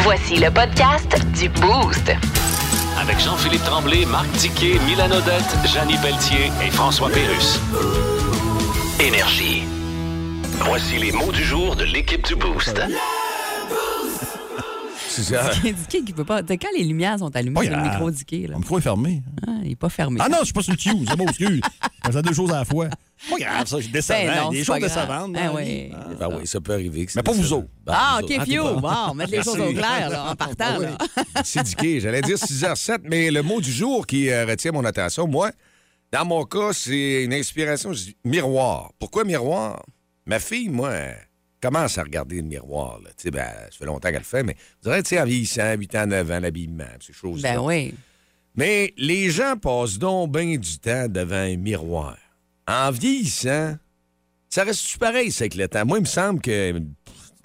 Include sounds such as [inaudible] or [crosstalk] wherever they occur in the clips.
Voici le podcast du Boost. Avec Jean-Philippe Tremblay, Marc Tiquet, Milan Odette, Janine Pelletier et François Pérus. Énergie. Voici les mots du jour de l'équipe du Boost. Dicky, Dicky qui peut pas. t'as- Quand les lumières sont allumées, Oui, c'est le ah. micro Dicky, là. Mon micro est fermé. Ah, il est pas fermé. Ah non, je suis pas sur le tuyau, c'est bon, [laughs] excuse. Je faisais deux choses à la fois. Pas grave, ça, je décevant. Ben non, des c'est choses pas grave. décevantes. Ah dans la oui. vie. Ah. Ben oui, ça peut arriver. que c'est Mais pas des- vous autres. Ben, Ah, vous ok, autres. Pio. t'es bon. Bon, mettre les choses au clair, là, en partant, Ah oui. là. [laughs] C'est diqué. J'allais dire 6h07, mais le mot du jour qui euh, retient mon attention, moi, dans mon cas, c'est une inspiration. Je dis miroir. Pourquoi miroir? Ma fille, moi, elle commence à regarder le miroir. Là. Tu sais, Ben, ça fait longtemps qu'elle le fait, mais je dirais, tu sais, en vieillissant, 8 ans, 9 ans, l'habillement, ces choses-là. Ben oui. Mais les gens passent donc bien du temps devant un miroir. En vieillissant, ça reste-tu pareil, ça, avec le temps? Moi, il me semble que.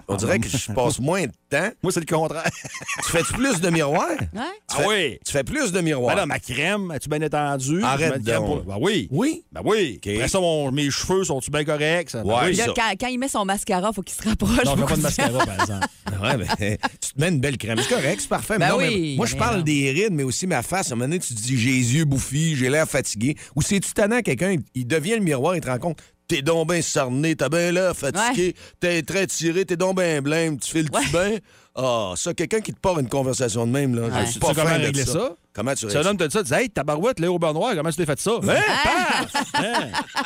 Ah On dirait que je passe moins de temps. Moi, c'est le contraire. [laughs] Tu fais plus de miroirs? Tu Ouais. Ah fais- oui. Tu fais plus de miroirs. Ben là, ma crème, as-tu bien étendue? Arrête Je mets une crème donc. Ben oui. Oui? Ben oui. OK. Après ça, mon- mes cheveux sont-tu bien corrects? Ça? Ben Ouais. oui. Puis là, ça. quand, quand il met son mascara, faut qu'il se rapproche. Non, je mets [laughs] beaucoup pas de du- mascara, par exemple. Ouais, ben, [laughs] tu te mets une belle crème. C'est correct, c'est parfait. mais Ben non, oui, mais moi, je mais parle non. des rides, mais aussi ma face. À un moment donné, tu te dis, j'ai les yeux bouffis, j'ai l'air fatigué. Ou c'est-tu tannant, quelqu'un, il- il devient le miroir, il te rend compte, t'es donc bien cerné, t'as bien l'air fatigué, t'es très tiré, t'es donc bien blême, tu files tu bien. Ah, ça, quelqu'un qui te part une conversation de même, là, je suis Tu pas sais comment fan de régler ça? Comment tu Si un règles ça? homme te dit ça, tu dis, hey, tabarouette, Léo Benoît, comment tu t'es fait ça? Hein? Paf! Hein?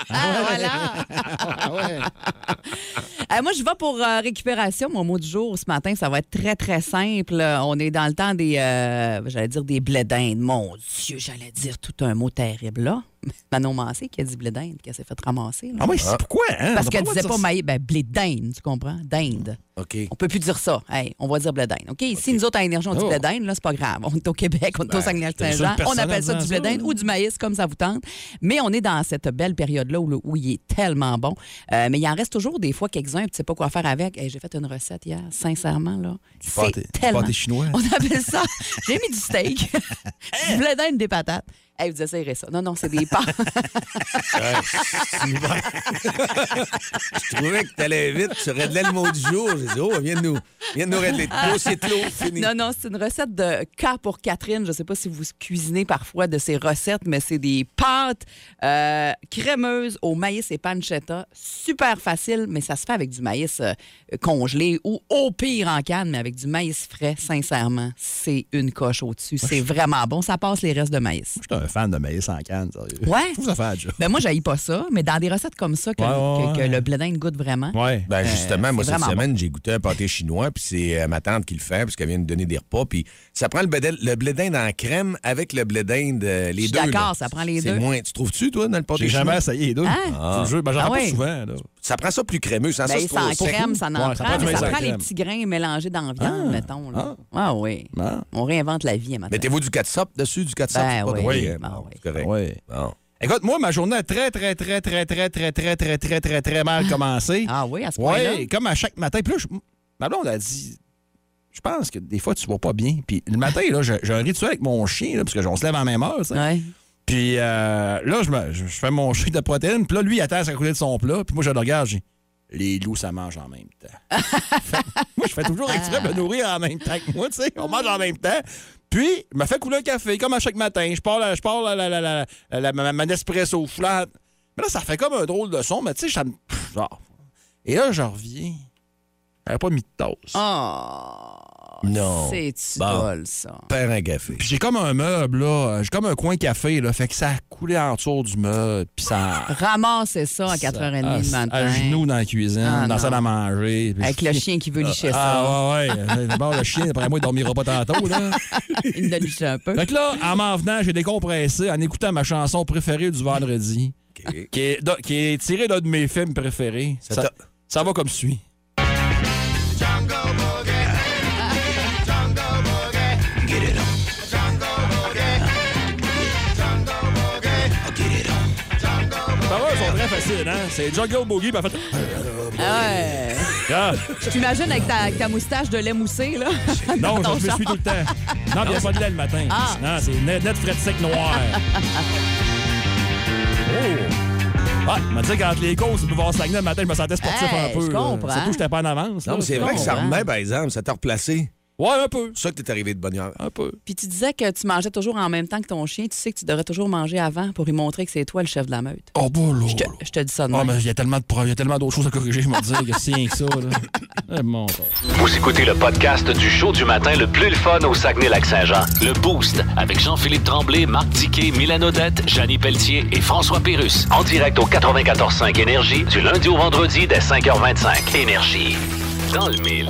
Ah, voilà. Ah, [laughs] Euh, moi, je vais pour euh, récupération. Mon mot du jour ce matin, ça va être très, très simple. Euh, On est dans le temps des, euh, j'allais dire des blés d'Inde. Mon Dieu, j'allais dire tout un mot terrible, là. [laughs] Manon Massé qui a dit blé d'Inde, qui s'est fait ramasser. là. Ah oui, c'est pourquoi? Hein? Parce On a qu'elle le droit de dire disait pas ça. Ah, maï... ben, blé d'Inde, tu comprends? D'Inde. [laughs] OK. On peut plus dire ça. Hey, on va dire blé d'Inde. OK? Ici, nous autres, à Énergie, on dit Oh. Ben, blé d'Inde. Là, c'est pas grave. On est au Québec, on est au c'est Saguenay-Saint-Jean. une personne On appelle ça en du blé disant ça, d'Inde là. ou du maïs, comme ça vous tente. Mais on est dans cette belle période-là où, le- où il est tellement bon. Euh, mais il en reste toujours des fois quelques-uns et tu sais pas quoi faire avec. Hey, J'ai fait une recette hier, sincèrement. là. C'est pâté- du tellement... pâté chinois. Hein? On [laughs] appelle ça... J'ai mis du steak, du blé d'Inde, des patates. Hey, vous essayerez ça. Non, non, c'est des pâtes. Je trouvais que t'allais vite, tu réglais le mot du jour. J'ai dit, oh, viens de nous, viens de nous [laughs] régler. Oh, c'est clos, fini. Non, non, c'est une recette de cas pour Catherine. Je ne sais pas si vous cuisinez parfois de ces recettes, mais c'est des pâtes euh, crémeuses au maïs et pancetta. Super facile, mais ça se fait avec du maïs euh, congelé ou au pire en canne, mais avec du maïs frais, sincèrement. C'est une coche au-dessus. C'est vraiment bon. Ça passe les restes [laughs] de maïs. Je suis un fan de maïs en canne, sérieux. Ouais. Je trouve ça fait la job. Ben moi, j'aille pas ça, mais dans des recettes comme ça que, Ouais, ouais, que- que ouais. le blé d'Inde goûte vraiment. Ouais. Ben justement, Euh, c'est moi, cette vraiment semaine, j'ai goûté un pâté chinois, puis c'est euh, ma tante qui le fait, parce qu'elle vient de donner des repas. Puis ça prend le blé, le blé d'Inde en crème avec le blé d'inde, euh, les Je suis deux. là. d'accord, ça prend les C'est deux. Moins... Tu trouves-tu, toi, dans le pâté J'ai chinois? jamais essayé les deux. Ah. Je te jure, ben, j'en Ah ai ouais. pas souvent. Là. Ça prend ça plus crémeux, sans ça, Ben, c'est ça trop en sec. crème, ça en Ouais, ça prend prend, du mais maïs ça en prend les crème. petits grains mélangés dans la viande, mettons. Là. Ah oui. Ah. On réinvente la vie, maintenant. [laughs] Mettez-vous du catsup dessus, du catsup? Ben c'est pas oui. drôle. Oui. Ben Bon, oui. c'est correct. Ouais. Bon. Écoute, moi, ma journée a très, très, très, très, très, très, très, très, très, très, très mal commencé. Ah oui, à ce point-là. Ouais, comme à chaque matin. Puis là, je- ma blonde a dit, je pense que des fois, tu vas pas bien. Puis le matin, là, j'ai j'ai un rituel avec mon chien, là, parce que on se lève à la même heure, tu sais. Ouais. Puis euh, là, je, me- je- je fais mon chien de protéines. Puis là, lui, il attend à s'accouler de son plat. Puis moi, je le regarde, j'ai les loups, ça mange en même temps. [laughs] Fait- moi, je fais toujours exprès de me nourrir en même temps que moi, tu sais. On mange en même temps. Puis, je me fais couler un café, comme à chaque matin. Je parle, je parle la, la, la, la- la- ma, ma Nespresso flat. Mais là, ça fait comme un drôle de son, mais tu sais, ça me. pff, genre. Et là, je reviens. J'avais pas mis de tasse. Ah. Oh, Non. c'est-tu Bon. drôle, ça? Père un café. Puis j'ai comme un meuble, là. J'ai comme un coin café, là. Fait que ça a coulé en dessous du meuble. Puis ça. Ramassez ça à 4h30 Ah, du matin. À genoux dans la cuisine, dans Ah, non. la salle à manger. Avec le chien qui veut licher ça. Ah, ouais, ouais. D'abord, le chien, après moi, il dormira pas tantôt, [laughs] là. Il l'a liché un peu. Fait que là, en m'en venant, j'ai décompressé en écoutant ma chanson préférée du vendredi, OK. qui est, de- qui est tirée d'un de mes films préférés. Ça Ça, t'a- ça va comme suit. facile, hein? C'est Jungle Boogie, puis elle fait... Ouais. Ah, Je t'imagine avec ta, avec ta moustache de lait [laughs] moussé, là. non, je me suis tout le temps. Non, il n'y a pas de lait le matin. Ah. Non, c'est net, net frais de sec noir. oh! Ah, il m'a dit qu'entre les courses, je pouvoir stagner le matin, je me sentais sportif Hey, un peu. je là. comprends. Surtout, j'étais pas en avance. Non, là. mais c'est vrai que ça comprends. remet, par exemple, ça t'a replacé. Ouais, un peu. C'est ça que t'es arrivé de bonne heure. Un peu. Puis tu disais que tu mangeais toujours en même temps que ton chien. Tu sais que tu devrais toujours manger avant pour lui montrer que c'est toi le chef de la meute. Oh, bon, là. Je te, je te dis ça de Ah, même. mais il y a tellement de pro- il y a tellement d'autres choses à corriger, je me disais que c'est rien que ça, là. [laughs] Eh, mon Dieu. Vous écoutez le podcast du show du matin le plus le fun au Saguenay-Lac-Saint-Jean. Le Boost avec Jean-Philippe Tremblay, Marc Diquet, Milan Odette, Janine Pelletier et François Pérus. En direct au 94.5 Énergie du lundi au vendredi dès 5h25. Énergie. Dans le mille.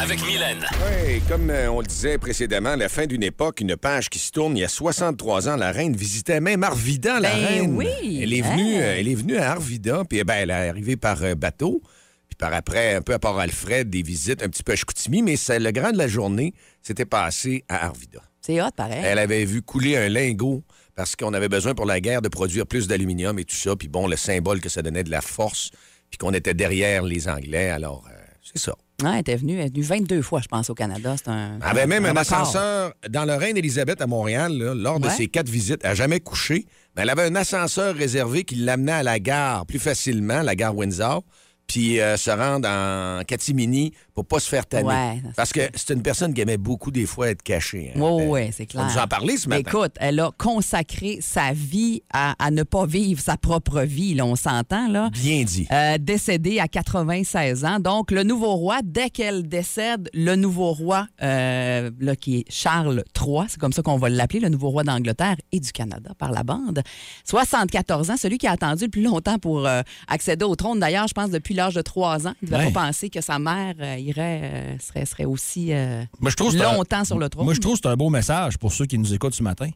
Avec Mylène. Oui, comme euh, on le disait précédemment, la fin d'une époque, une page qui se tourne. Il y a 63 ans, la reine visitait même Arvida, la Ben reine. oui, Elle est hein. venue, euh, elle est venue à Arvida, puis eh ben, elle est arrivée par euh, bateau, puis par après, un peu à Port Alfred, des visites un petit peu à Chicoutimi, mais c'est le grand de la journée, c'était passé à Arvida. C'est hot, pareil. Elle avait vu couler un lingot parce qu'on avait besoin pour la guerre de produire plus d'aluminium et tout ça. Puis bon, le symbole que ça donnait de la force, puis qu'on était derrière les Anglais. Alors, euh, c'est ça. Ouais, elle était venue, elle est venue 22 fois, je pense, au Canada. C'est un. Elle Ah, avait Ah, ben ben, même un record. ascenseur dans le Reine-Élisabeth à Montréal, là, lors de Ouais. ses quatre visites, à jamais couché. Mais elle avait un ascenseur réservé qui l'amenait à la gare plus facilement, la gare Windsor, puis euh, se rendre en catimini pour pas se faire tanner. Ouais, ça, Parce que c'est une personne qui aimait beaucoup, des fois, être cachée. hein. Oui, Euh, oui, c'est clair. Ben, On nous en parlait ce matin. Écoute, elle a consacré sa vie à, à ne pas vivre sa propre vie, là, on s'entend, là. Bien dit. Euh, décédée à 96 ans. Donc, le nouveau roi, dès qu'elle décède, le nouveau roi, euh, là, qui est Charles III, c'est comme ça qu'on va l'appeler, le nouveau roi d'Angleterre et du Canada par la bande, 74 ans, celui qui a attendu le plus longtemps pour euh, accéder au trône. D'ailleurs, je pense depuis l'âge de 3 ans, il ne devait Ouais. pas penser que sa mère euh, irait, euh, serait, serait aussi euh, Moi, je trouve que c'est un- longtemps sur le trône. Moi, je trouve que c'est un beau message pour ceux qui nous écoutent ce matin.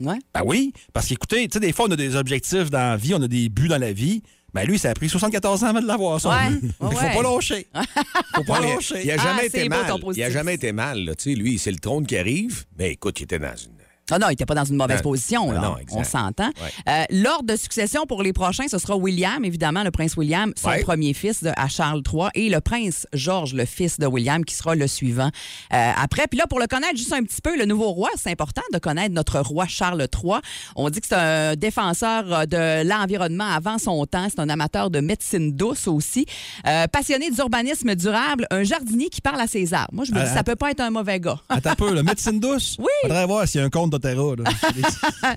Ouais. Ben oui, parce qu'écoutez, tu sais, des fois, on a des objectifs dans la vie, on a des buts dans la vie. Ben lui, ça a pris 74 ans avant de l'avoir, son Ouais, but. ouais, Il faut ouais. pas [laughs] lâcher. faut pas Ouais, mais lâcher. Il a Ah, jamais c'est été beau, mal. ton positif. Il a jamais été mal. là. Tu sais, lui, c'est le trône qui arrive. Mais écoute, il était dans une. Ah non, il n'était pas dans une mauvaise Non. position. Euh, ben Non, là. non, exact. On s'entend. Euh, l'ordre de succession pour les prochains, ce sera William, évidemment, le prince William, son Ouais. premier fils de, à Charles III, et le prince George, le fils de William, qui sera le suivant euh, après. Puis là, pour le connaître juste un petit peu, le nouveau roi, c'est important de connaître notre roi Charles III. On dit que c'est un défenseur euh, de l'environnement avant son temps. C'est un amateur de médecine douce aussi. Euh, passionné d'urbanisme durable, un jardinier qui parle à ses arbres. Moi, je me dis, Euh, Ah, ça peut pas être un mauvais gars. Attends un peu, la médecine douce. Oui. Faudrait voir s'il y a un compte d'Otera. là.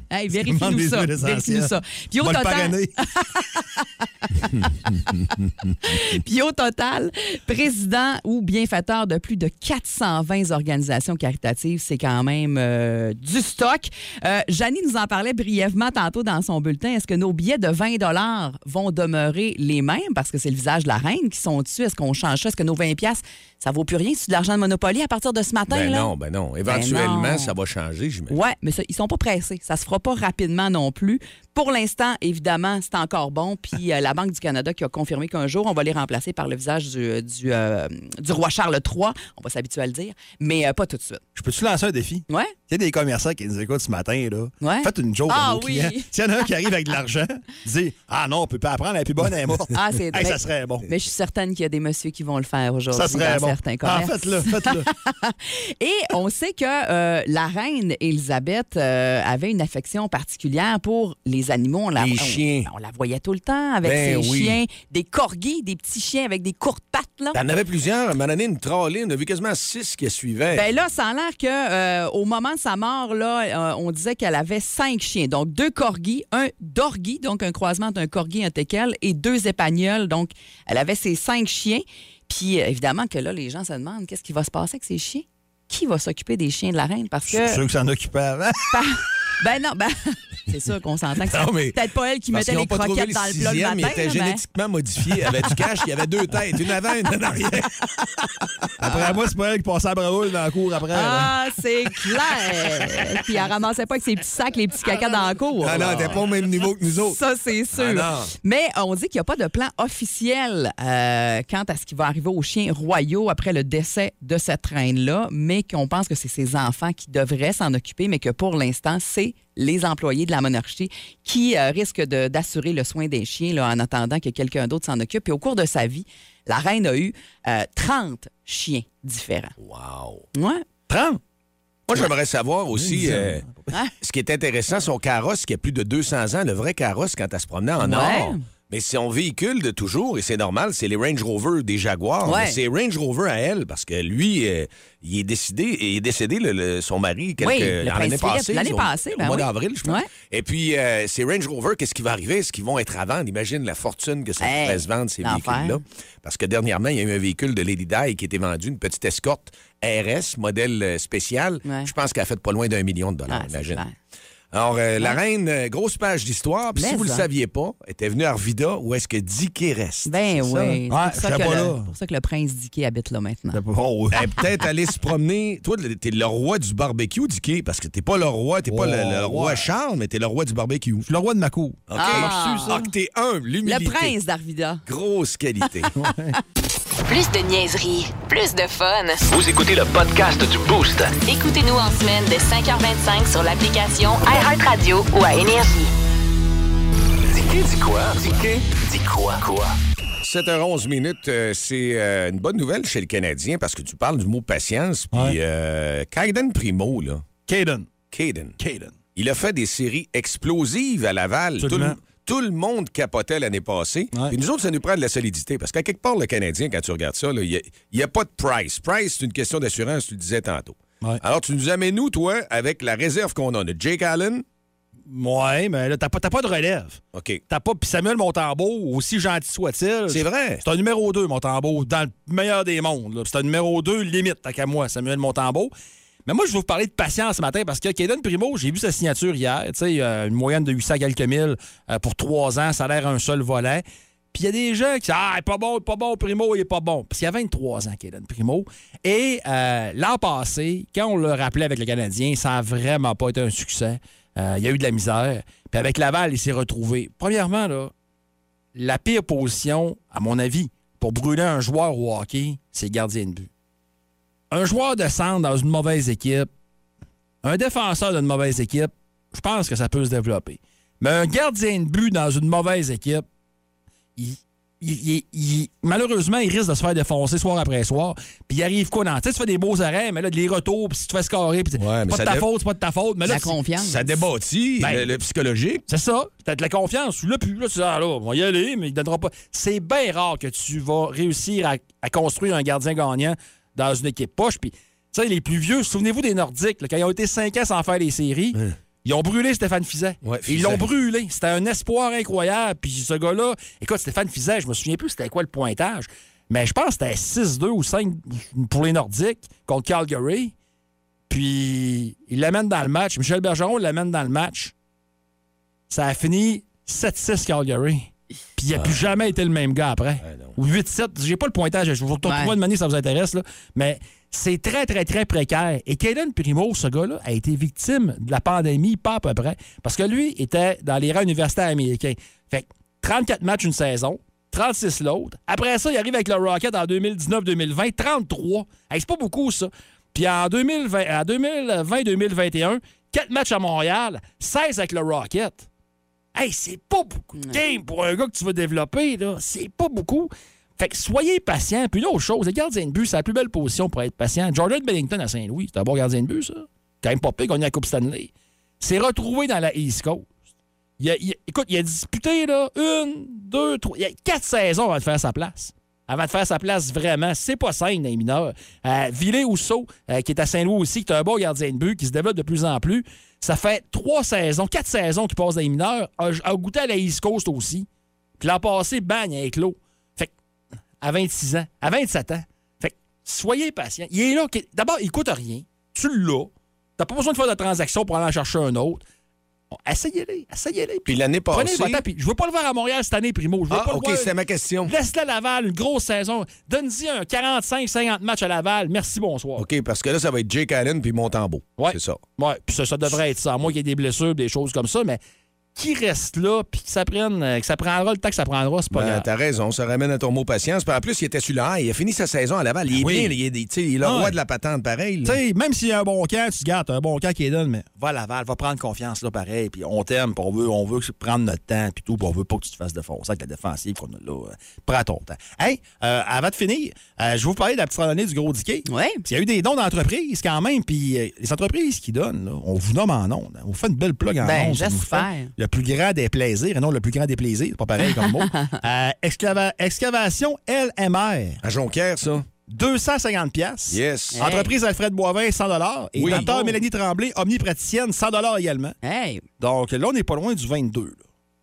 Hey, Demande [laughs] vérifie-nous des ça. huiles essentielles. Vérifie-nous ça. Puis On va au, le total, [laughs] parrainer. puis au total, président ou bienfaiteur de plus de 420 organisations caritatives, c'est quand même euh, du stock. Euh, Janie nous en parlait brièvement tantôt dans son bulletin. Est-ce que nos billets de 20 vont demeurer les mêmes parce que c'est le visage de la reine qui sont dessus? Est-ce qu'on change ça? Est-ce que nos 20 ça vaut plus rien? C'est de l'argent de Monopoly à partir de ce matin? Ben là? non, ben non. Éventuellement, non. ça va changer, j'imagine. Ouais, mais ça, ils sont pas pressés. Ça se fera pas rapidement non plus. Pour l'instant, évidemment, c'est encore bon. Puis euh, la Banque du Canada qui a confirmé qu'un jour, on va les remplacer par le visage du, du, euh, du roi Charles III. On va s'habituer à le dire, mais euh, pas tout de suite. Je peux-tu lancer un défi? Ouais. Il y a des commerçants qui nous écoutent ce matin, là. Ouais. Faites une joke Ah à vos oui. clients. S'il y en a un qui arrive avec de l'argent, dis Ah non, on peut pas apprendre, elle est plus bonne, elle est morte. Ah, [laughs] c'est Hey, mais- ça serait bon. Mais je suis certaine qu'il y a des messieurs qui vont le faire aujourd'hui Ça serait bon. dans certains Ah, commerces. faites-le, [laughs] faites-le. Et on sait que euh, la reine Élisabeth euh, avait une affection particulière pour les animaux. On la, Les on- chiens. On, la voyait tout le temps avec Ben ses oui. chiens, des corgis, des petits chiens avec des courtes pattes. Là. T'en avais plusieurs. À un moment donné, une trollée, on a vu quasiment six qui suivaient. Ben là, ça a l'air que euh, au moment de sa mort, là, euh, on disait qu'elle avait cinq chiens. Donc, deux corgis, un dorgi, donc un croisement d'un corgi et un teckel, et deux épagnols. Donc, elle avait ses cinq chiens. Puis, euh, évidemment, que là, les gens se demandent qu'est-ce qui va se passer avec ces chiens? Qui va s'occuper des chiens de la reine? Parce Je suis que. sûr que ça en occupait avant. Ben non, ben. [laughs] C'est sûr qu'on s'entend que c'est Non, mais- peut-être pas elle qui Parce mettait qu'ils les ont pas trouvé croquettes le dans le plat le sixième, matin. ben. Il était là, mais- génétiquement modifié. Il avait du cash, il avait deux têtes, une avant, une en arrière. Après moi, c'est pas elle qui passait à Braoul dans la cour après. là. Ah, c'est clair! Puis elle ramassait pas avec ses petits sacs, les petits cacas dans la cour. Non, non, t'es pas au même niveau que nous autres. Ça, c'est sûr. Ah non. Mais euh, on dit qu'il n'y a pas de plan officiel euh, quant à ce qui va arriver aux chiens royaux après le décès de cette reine-là, mais qu'on pense que c'est ses enfants qui devraient s'en occuper, mais que pour l'instant, c'est c'est les employés de la monarchie qui euh, risquent de- d'assurer le soin des chiens là, en attendant que quelqu'un d'autre s'en occupe. Et au cours de sa vie, la reine a eu euh, 30 chiens différents. Wow. Ouais. 30? Moi, j'aimerais savoir aussi, euh, Ah. ce qui est intéressant, son carrosse qui a plus de 200 ans, le vrai carrosse quand elle se promenait en Ouais. or. Mais c'est son véhicule de toujours, et c'est normal, c'est les Range Rover des Jaguars. Ouais. mais C'est Range Rover à elle, parce que lui, euh, il est décidé, il est décédé, le- le- son mari, quelques, Oui, le en prince l'année Philippe, passée. l'année au- passée, au ben mois oui. d'avril, je pense. Ouais. Et puis, euh, ces Range Rover, qu'est-ce qui va arriver? Est-ce qu'ils vont être à vendre? Imagine la fortune que ça Hey, pourrait se vendre, ces l'enfer. véhicules-là. Parce que dernièrement, il y a eu un véhicule de Lady Di qui était vendu, une petite escorte RS, modèle euh, spécial. Ouais. Je pense qu'elle a fait pas loin d'un million de dollars, Ah, c'est imagine. clair. Alors, euh, la reine, euh, grosse page d'histoire. Puis si Mais vous le ça. saviez pas, était venue à Arvida où est-ce que Dicky reste. Ben C'est ça, oui. Ouais, c'est pour, ça j'étais que pas le- là. pour ça que le prince Dicky habite là maintenant. T'as pas- Oh, Elle est peut-être aller se promener. Toi, t'es le roi du barbecue, Dicky, parce que t'es pas le roi, t'es pas Oh, le, le roi ouais. Charles, mais t'es le roi du barbecue. OK. Je suis le roi de ma cour. Ah. Ah, que t'es un, l'humilité. Le prince d'Arvida. Grosse [laughs] qualité. Plus de niaiserie, plus de fun. Vous écoutez le podcast du Boost. Écoutez-nous en semaine de 5h25 sur l'application iHeartRadio ou à Énergie. Dicky dit quoi? Dicky dit quoi? Quoi? 7h11 minutes, euh, c'est euh, une bonne nouvelle chez le Canadien parce que tu parles du mot patience. Puis Ouais. euh, Kaiden Primo, là, Caden. Kaiden, Caden. il a fait des séries explosives à Laval. Tout, le, Absolument. tout le monde capotait l'année passée. Ouais. Puis nous autres, ça nous prend de la solidité parce qu'à quelque part, le Canadien, quand tu regardes ça, là, il n'y a, pas de price. Price, c'est une question d'assurance, tu le disais tantôt. Ouais. Alors, tu nous amènes, nous, toi, avec la réserve qu'on a de Jake Allen. Ouais, mais là, t'as pas, t'as pas de relève. OK. T'as pas. Puis Samuel Montembeau, aussi gentil soit-il. C'est vrai. C'est un numéro 2, Montembeau, dans le meilleur des mondes. là. C'est un numéro 2 limite, tant qu'à moi, Samuel Montembeau. Mais moi, je vais vous parler de patience ce matin parce que Caden Primo, j'ai vu sa signature hier, tu sais, euh, une moyenne de 800 quelques mille euh, pour trois ans, salaire à un seul volet. Puis il y a des gens qui disent Ah, il est pas bon, il est pas bon, Primo, il est pas bon. Parce qu'il a 23 ans, Caden Primo. Et euh, l'an passé, quand on le rappelait avec le Canadien, ça n'a vraiment pas été un succès. Euh, il y a eu de la misère. Puis avec Laval, il s'est retrouvé. Premièrement, là, la pire position, à mon avis, pour brûler un joueur au hockey, c'est gardien de but. Un joueur de centre dans une mauvaise équipe, un défenseur d'une mauvaise équipe, je pense que ça peut se développer. Mais un gardien de but dans une mauvaise équipe, il, il- il- il- malheureusement, il risque de se faire défoncer soir après soir. Puis il arrive quoi dans. Tu sais, tu fais des beaux arrêts, mais là, les retours, puis si tu te fais scorer, puis c'est Ouais, mais pas ça de ta dé- faute, c'est pas de ta faute. Mais là, La tu- confiance. Ça débattit Ben- le- le psychologique. c'est ça. T'as de la confiance. Tu l'as plus. Là, tu dis, ah, là, on va y aller, mais il ne donnera pas. C'est bien rare que tu vas réussir à, à construire un gardien gagnant dans une équipe poche. Puis, tu sais, les plus vieux, souvenez-vous des Nordiques, là, quand ils ont été 5 ans sans faire les séries. Ils ont brûlé Stéphane Fizet. Ouais, Ils Fizet. l'ont brûlé. C'était un espoir incroyable. Puis ce gars-là, écoute, Stéphane Fizet, je me souviens plus c'était quoi le pointage, mais je pense que c'était 6-2 ou 5 pour les Nordiques contre Calgary. Puis il l'amène dans le match. Michel Bergeron l'amène dans le match. Ça a fini 7-6 Calgary. Puis il n'a plus jamais été le même gars après. Ou 8-7. J'ai pas le pointage. Je vous retrouverai Ouais. une année si ça vous intéresse. Là. Mais c'est très, très, très précaire. Et Kayden Primo, ce gars-là, a été victime de la pandémie, pas à peu près. Parce que lui était dans les rangs universitaires américains. Fait que 34 matchs une saison. 36 l'autre. Après ça, il arrive avec le Rocket en 2019-2020, 33. Hey, c'est pas beaucoup, ça. Puis en 2020, en 2020-2021, 4 matchs à Montréal, 16 avec le Rocket. Hey, c'est pas beaucoup de game pour un gars que tu veux développer, là. C'est pas beaucoup. Fait que soyez patient. Puis une autre chose, les gardiens de but, c'est la plus belle position pour être patient. Jordan Bennington à Saint-Louis, c'est un bon gardien de but, ça. Quand même pas pire, gagné la Coupe Stanley. S'est retrouvé dans la East Coast. Il a- il a- écoute, il a disputé, là, une, deux, trois, il a quatre saisons avant de faire sa place. Avant de faire sa place vraiment, c'est pas simple, les mineurs. Euh, Villet Housseau, euh, qui est à Saint-Louis aussi, qui est un bon gardien de but, qui se développe de plus en plus, ça fait trois saisons, quatre saisons qu'il passe dans les mineurs, a, a goûté à la East Coast aussi. Puis l'an passé, bagne avec l'eau. Fait que, à 26 ans, à 27 ans. Fait que, soyez patient. Il est là. qu'il- D'abord, il coûte rien. Tu l'as. T'as pas besoin de faire de transaction pour aller en chercher un autre. Bon, essayez-les, essayez-les. Puis l'année Prenez passée. votre temps, puis je veux pas le voir à Montréal cette année, Primo. Je veux pas Ah, le OK, voir- c'est ma question. Laisse-le à Laval, une grosse saison. Donne-y un 45-50 matchs à Laval. Merci, bonsoir. OK, parce que là, ça va être Jake Allen puis Montembeau. Ouais. C'est ça. Ouais, puis ça, ça devrait être ça. Moi, qu'il y ait des blessures, des choses comme ça, mais qui reste là, puis que ça prenne, euh, que ça prendra le temps que ça prendra, c'est pas Ben, grave. T'as raison, ça ramène à ton mot patience. Puis en plus, il était sur le high. Il a fini sa saison à Laval. Il est Oui. bien, là, il est, des- tu sais, il est le Ah roi ouais. de la patente pareil. Tu là. sais, même s'il y a un bon camp, tu te gardes, t'as un bon camp qui est donne, mais va à Laval, va prendre confiance là pareil, puis on t'aime, puis on veut, on veut prendre notre temps, puis tout, puis on veut pas que tu te fasses de force avec la défensive qu'on a là. euh, prends ton temps. Hey, euh, avant de finir, euh, je vais vous parler de la petite randonnée du Gros Diquet. Ouais. Puis Il y a eu des dons d'entreprises quand même, puis euh, les entreprises qui donnent, là, on vous nomme en ondes. hein. On vous fait une belle plug en Ben, ondes, ça nous fait j'espère. Le plus grand des plaisirs, et non le plus grand des plaisirs, c'est pas pareil comme [laughs] mot. Euh, excava- excavation LMR. À Jonquière, ça. 250 pièces. Yes. Hey. Entreprise Alfred Boivin 100 dollars et Oui. docteur Oh. Mélanie Tremblay omnipraticienne 100 dollars également. Hey, Donc là on n'est pas loin du 22. là.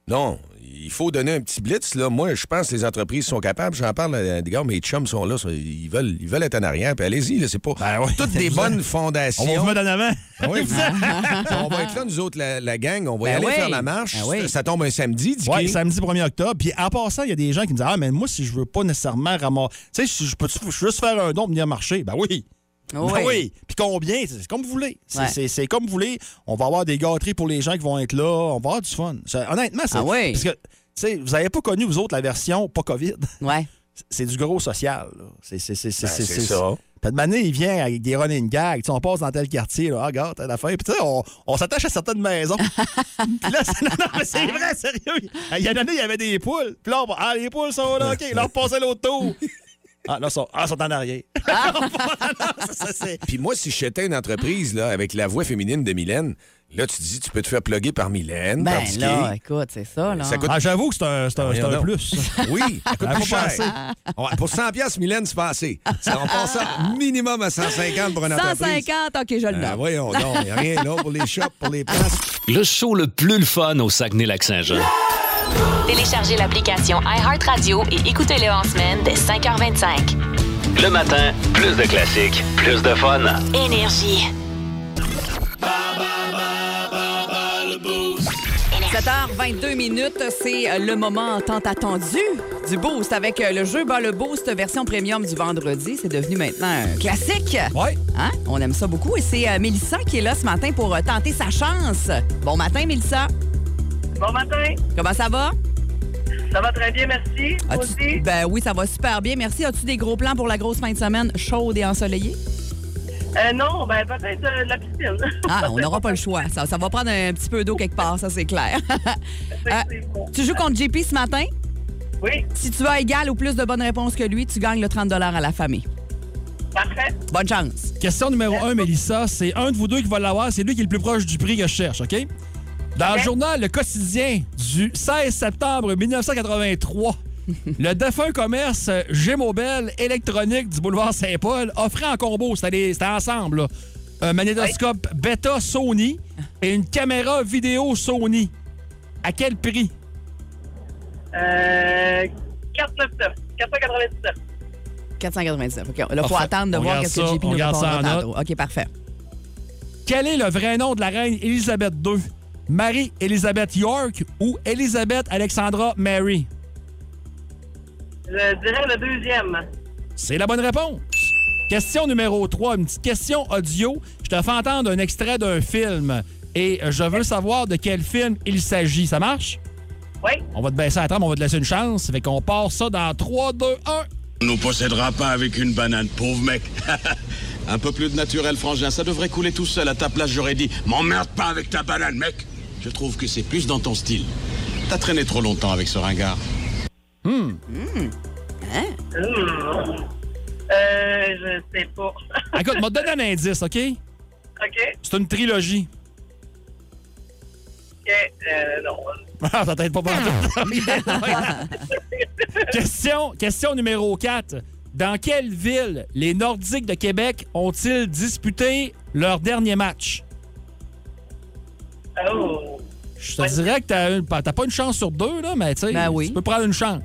Non, il faut donner un petit blitz. Là. Moi, je pense que les entreprises sont capables. J'en parle à des gars, mes chums sont là. ça, Ils veulent, ils veulent être en arrière. Puis allez-y, là, c'est pas. Ben ouais. [laughs] Toutes des bonnes fondations. On va vous mettre en avant. Ah [laughs] oui, vous- on va être là, nous autres, la, la gang. On va y Ben aller oui. faire la marche. Ben oui. Ça tombe un samedi, Dicky. Ouais, samedi 1er octobre. Puis en passant, il y a des gens qui me disent Ah, mais moi, si je veux pas nécessairement ramasser. Tu sais, si je peux je peux juste faire un don pour venir marcher. Ben oui. Oui. Ben oui. Puis combien C'est comme vous voulez. C'est- Ouais. C'est c'est comme vous voulez. On va avoir des gâteries pour les gens qui vont être là. On va avoir du fun. Ça, honnêtement, c'est. Ah oui. Parce que, tu sais, vous avez pas connu, vous autres, la version pas COVID. ouais. c'est du gros social. là. C'est c'est- c'est- c'est- Ben, c'est- c'est c'est- ça. Puis de manière, il vient avec des running gags. Tu sais, on passe dans tel quartier, là, ah, regarde, t'as l'affaire. Puis tu sais, on, on s'attache à certaines [laughs] maisons. Puis là, c'est, non, non, mais c'est vrai, sérieux. Il y a une année, il y avait des poules. Puis là, on va, ah, les poules sont là, OK. Là, on passait l'autre tour. Ah, là, sont, ah, sont en arrière. Là, on passe- [laughs] non, ça, ça, c'est- Puis moi, si j'étais une entreprise là, avec la voix féminine de Mylène, là, tu te dis, tu peux te faire plugger par Mylène, par Ben Dicky. là, écoute, c'est ça, là. Ça coûte- Ah, j'avoue que c'est un, c'est un- c'est un Voyons donc. plus. [laughs] Oui, ça coûte Ah, plus faut pas cher. Ouais, pour 100 pièces, Mylène, c'est pas assez. Ça, on passe à minimum à 150 pour une entreprise. 150, OK, je le Ah, note. voyons donc, il n'y a rien là pour les shops, pour les places. Le show le plus le fun au Saguenay-Lac-Saint-Jean. Téléchargez l'application iHeartRadio et écoutez-le en semaine dès 5h25. Le matin, plus de classiques, plus de fun. Énergie. 7h22 minutes, c'est euh, le moment tant attendu du boost avec euh, le jeu Bas le boost version premium du vendredi. C'est devenu maintenant un classique. Ouais. Hein? On aime ça beaucoup et c'est euh, Mélissa qui est là ce matin pour euh, tenter sa chance. Bon matin, Mélissa. Bon matin, Comment ça va? ça va très bien, merci. Toi As-tu- aussi? Ben oui, ça va super bien. Merci. As-tu des gros plans pour la grosse fin de semaine chaude et ensoleillée? Euh, non, ben peut-être euh, la piscine. Ah, [laughs] on n'aura pas le choix. Ça, ça va prendre un petit peu d'eau quelque part, ça c'est clair. Euh, tu joues contre JP ce matin? Oui, Si tu as égal ou plus de bonnes réponses que lui, tu gagnes le 30 à la famille. parfait. Bonne chance. Question numéro 1, Mélissa, c'est un de vous deux qui va l'avoir. C'est lui qui est le plus proche du prix que je cherche, OK? Dans le journal Le Quotidien du 16 septembre 1983, le défunt commerce Gémobel électronique du boulevard Saint-Paul offrait en combo, c'était des- c'était ensemble, là, un magnétoscope Beta Sony et une caméra vidéo Sony. À quel prix? Euh, 499, 499. 499. OK. Là, faut Parfait. attendre de On voir garde qu'est-ce que ça, JP on nous garde ça répondra en tantôt. OK, parfait. Quel est le vrai nom de la reine Élisabeth II? Marie-Élisabeth York ou Élisabeth Alexandra Mary? Je dirais le deuxième. C'est la bonne réponse. Question numéro 3, une petite question audio. Je te fais entendre un extrait d'un film et je veux savoir de quel film il s'agit. Ça marche? Oui, On va te baisser la trame, on va te laisser une chance. Fait qu'on part ça dans 3, 2, 1. On nous possédera pas avec une banane, pauvre mec. [laughs] Un peu plus de naturel, frangin, ça devrait couler tout seul. À ta place, j'aurais dit, m'emmerde pas avec ta banane, mec. Je trouve que c'est plus dans ton style. T'as traîné trop longtemps avec ce ringard. euh, je sais pas. [laughs] Écoute, m'a donné un indice, OK? OK, C'est une trilogie. [laughs] OK, euh, non. Ah, ça t'aide pas [laughs] pantoute. question, question numéro 4. Dans quelle ville les Nordiques de Québec ont-ils disputé leur dernier match? Oh. Je te dirais que t'as, une- t'as pas une chance sur deux, là, mais tu sais, Ben oui. tu peux prendre une chance.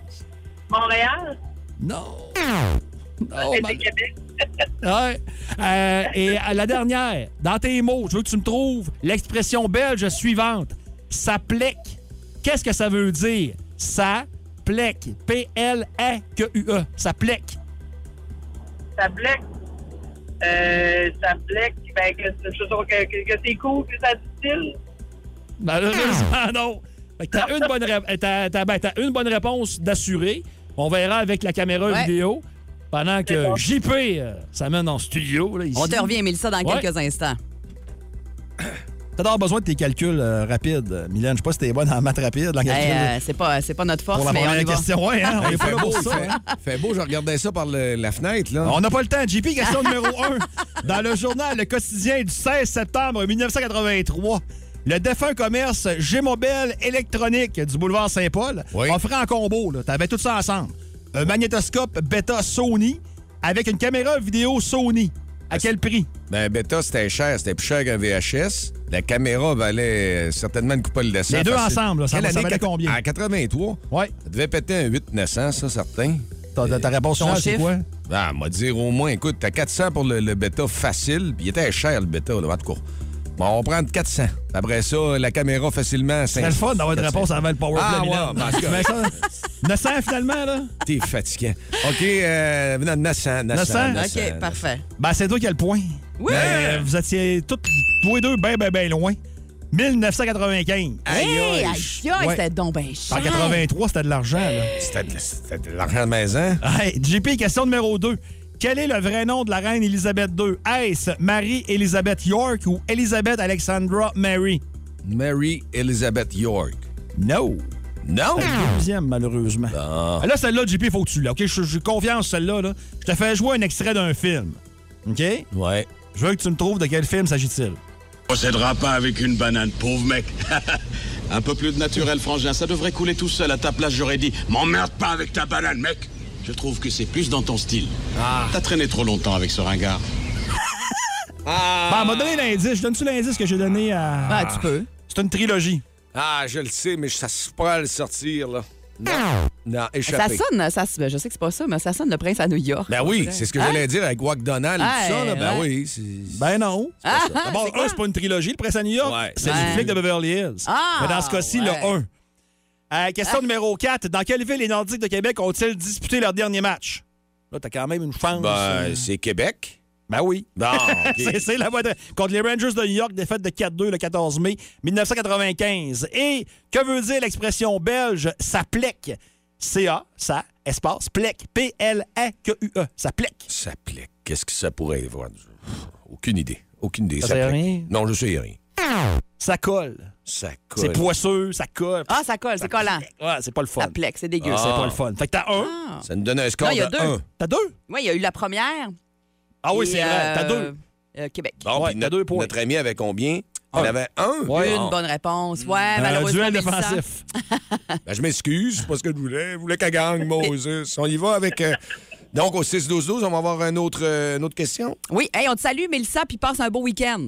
Montréal? Non. [laughs] Non, Et ma- c'est Québec? Ouais. Euh, et à la dernière, dans tes mots, je veux que tu me trouves l'expression belge suivante. Ça plaque. Qu'est-ce que ça veut dire? Ça plaque. P-L-A-Q-U-E. E. Ça plaque. Ça blague. Euh, ça blague. Ben, que, je suis sûr que, que, que c'est cool, que ça difficile. Ah. Malheureusement, non. Fait que t'as une bonne, ré- t'as- t'as- ben, t'as une bonne réponse d'assurer. On verra avec la caméra Ouais. vidéo. Pendant que JP euh, s'amène en studio. Là, ici. On te revient, Mélissa, dans Ouais. quelques [laughs] instants. T'as d'abord besoin de tes calculs euh, rapides, euh, Mylène. Je sais pas si t'es bonne en maths rapide, en calcul. Hey, euh, c'est pas, c'est pas notre force, pour la mais on y première va. question. Ouais, hein, on est pas Fait là beau, pour il ça. fait, hein. fait beau, je regardais ça par le- la fenêtre, là. On n'a pas le temps. JP, question numéro 1. Dans le journal Le Quotidien du 16 septembre 1983, le défunt commerce G-Mobile électronique du boulevard Saint-Paul Oui. offrait en combo, là, t'avais tout ça ensemble, un magnétoscope bêta Sony avec une caméra vidéo Sony. À quel prix? Ben, Beta, c'était cher. C'était plus cher qu'un VHS. La caméra valait euh, certainement une coupole de sang. Les deux Facile. ensemble, là, ça- Quelle ça année? valait combien? En 83. Ouais. Ça devait péter un 8-900, ça, certain. Ta, ta réponse Ton finale, c'est chiffre? quoi? Ah, m'a dire au moins, écoute, t'as 400 pour le, le bêta facile, puis il était cher, le bêta, là, en tout cas. Bon, on va prendre 400. Après ça, la caméra facilement, 500. C'est le fun d'avoir une 400. réponse avant le power Ah, play, ouais, Mylène. parce que- Mais ça, 900 finalement, là? [laughs] T'es fatiguant. OK, euh, non, 900, 900? 900, 900. OK, parfait. Ben, c'est toi qui as le point. Oui! Ben, vous étiez tous, tous les deux bien, bien, bien loin. 1995. Aïe, Hey, aïe. aïe, Ouais. c'était donc ben bien cher. En 83, c'était de l'argent, là. C'était de- c'était de l'argent de maison. Hey, JP, question numéro 2. Quel est le vrai nom de la reine Élisabeth II? Est-ce Marie-Élisabeth York ou Élisabeth Alexandra Mary? Mary Elizabeth York. No. Non? Deuxième, malheureusement. Là, celle-là, JP, faut que tu l'aies. OK, je suis confiant en celle-là. là. Je te fais jouer un extrait d'un film. OK? Ouais. Je veux que tu me trouves de quel film s'agit-il. Procédera pas avec une banane, pauvre mec. [laughs] Un peu plus de naturel, frangin, ça devrait couler tout seul. À ta place, j'aurais dit, m'emmerde pas avec ta banane, mec. Je trouve que c'est plus dans ton style. T'as traîné trop longtemps avec ce ringard. Ben, m'a donné l'indice. Je donne-tu l'indice que j'ai donné à. Ah, tu peux. C'est une trilogie. Ah, je le sais, mais ça se pas à le sortir, là. Non. Non, Ça échappé. sonne, ça, ben, je sais que c'est pas ça, mais ça sonne le prince à New York. Ben oui, c'est ce que j'allais dire avec Wack Donald et Ah, tout ça, là. Ben ouais. oui, c'est. Hein? Ben non. ah, D'abord, c'est un, c'est pas une trilogie, le Prince à New York. Ouais. C'est Ouais. le flic de Beverly Hills. Ah, Mais dans ce cas-ci, ouais. Ah. le 1. Euh, question numéro 4. Dans quelle ville les Nordiques de Québec ont-ils disputé leur dernier match? Là, t'as quand même une chance. Ben, c'est Québec. Ben oui. [laughs] Bon, C'est- C'est la bonne. Contre les Rangers de New York, défaite de 4-2 le 14 mai 1995. Et que veut dire l'expression belge ça plaque? C-A, ça, espace, plec. P-L-A-Q-U-E. E. Ça plaque. Ça plaît. Qu'est-ce que ça pourrait avoir? Aucune idée. Aucune idée. Ça Ça sert à plaît. rien? Non, je sais rien. Ça colle. Ça colle. C'est poisseux, ça colle. Ah, ça colle, c'est collant. Ouais, c'est pas le fun. Ça plaque, c'est dégueu. C'est ça. pas le fun. Fait que t'as un. Ah. Ça nous donne un score Non, il y a de deux. 1. T'as deux? Oui, il y a eu la première. Ah oui, et, c'est vrai. T'as euh, deux. euh, Québec. Bon, Ouais, puis t'as deux notre, points. notre ami avait combien? Il avait un. Ouais. Bon. Une bonne réponse. Ouais, Un malheureusement. duel Mélissa. défensif. Ben, je m'excuse, c'est pas ce que je voulais. Je voulais qu'elle gagne, Moses. On y va avec. euh, Donc, au 6-12-12, on va avoir un autre, euh, une autre question. Oui, hey, on te salue, Mélissa, puis passe un beau week-end.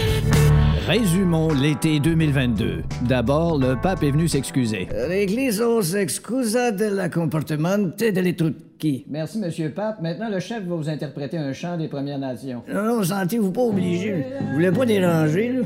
Résumons l'été 2022. D'abord, le pape est venu s'excuser. L'Église s'excusa de la comportement de trucs. Merci, Monsieur Pape. Maintenant, le chef va vous interpréter un chant des Premières Nations. Non, non, sentez-vous pas obligé. Vous voulez pas déranger, là?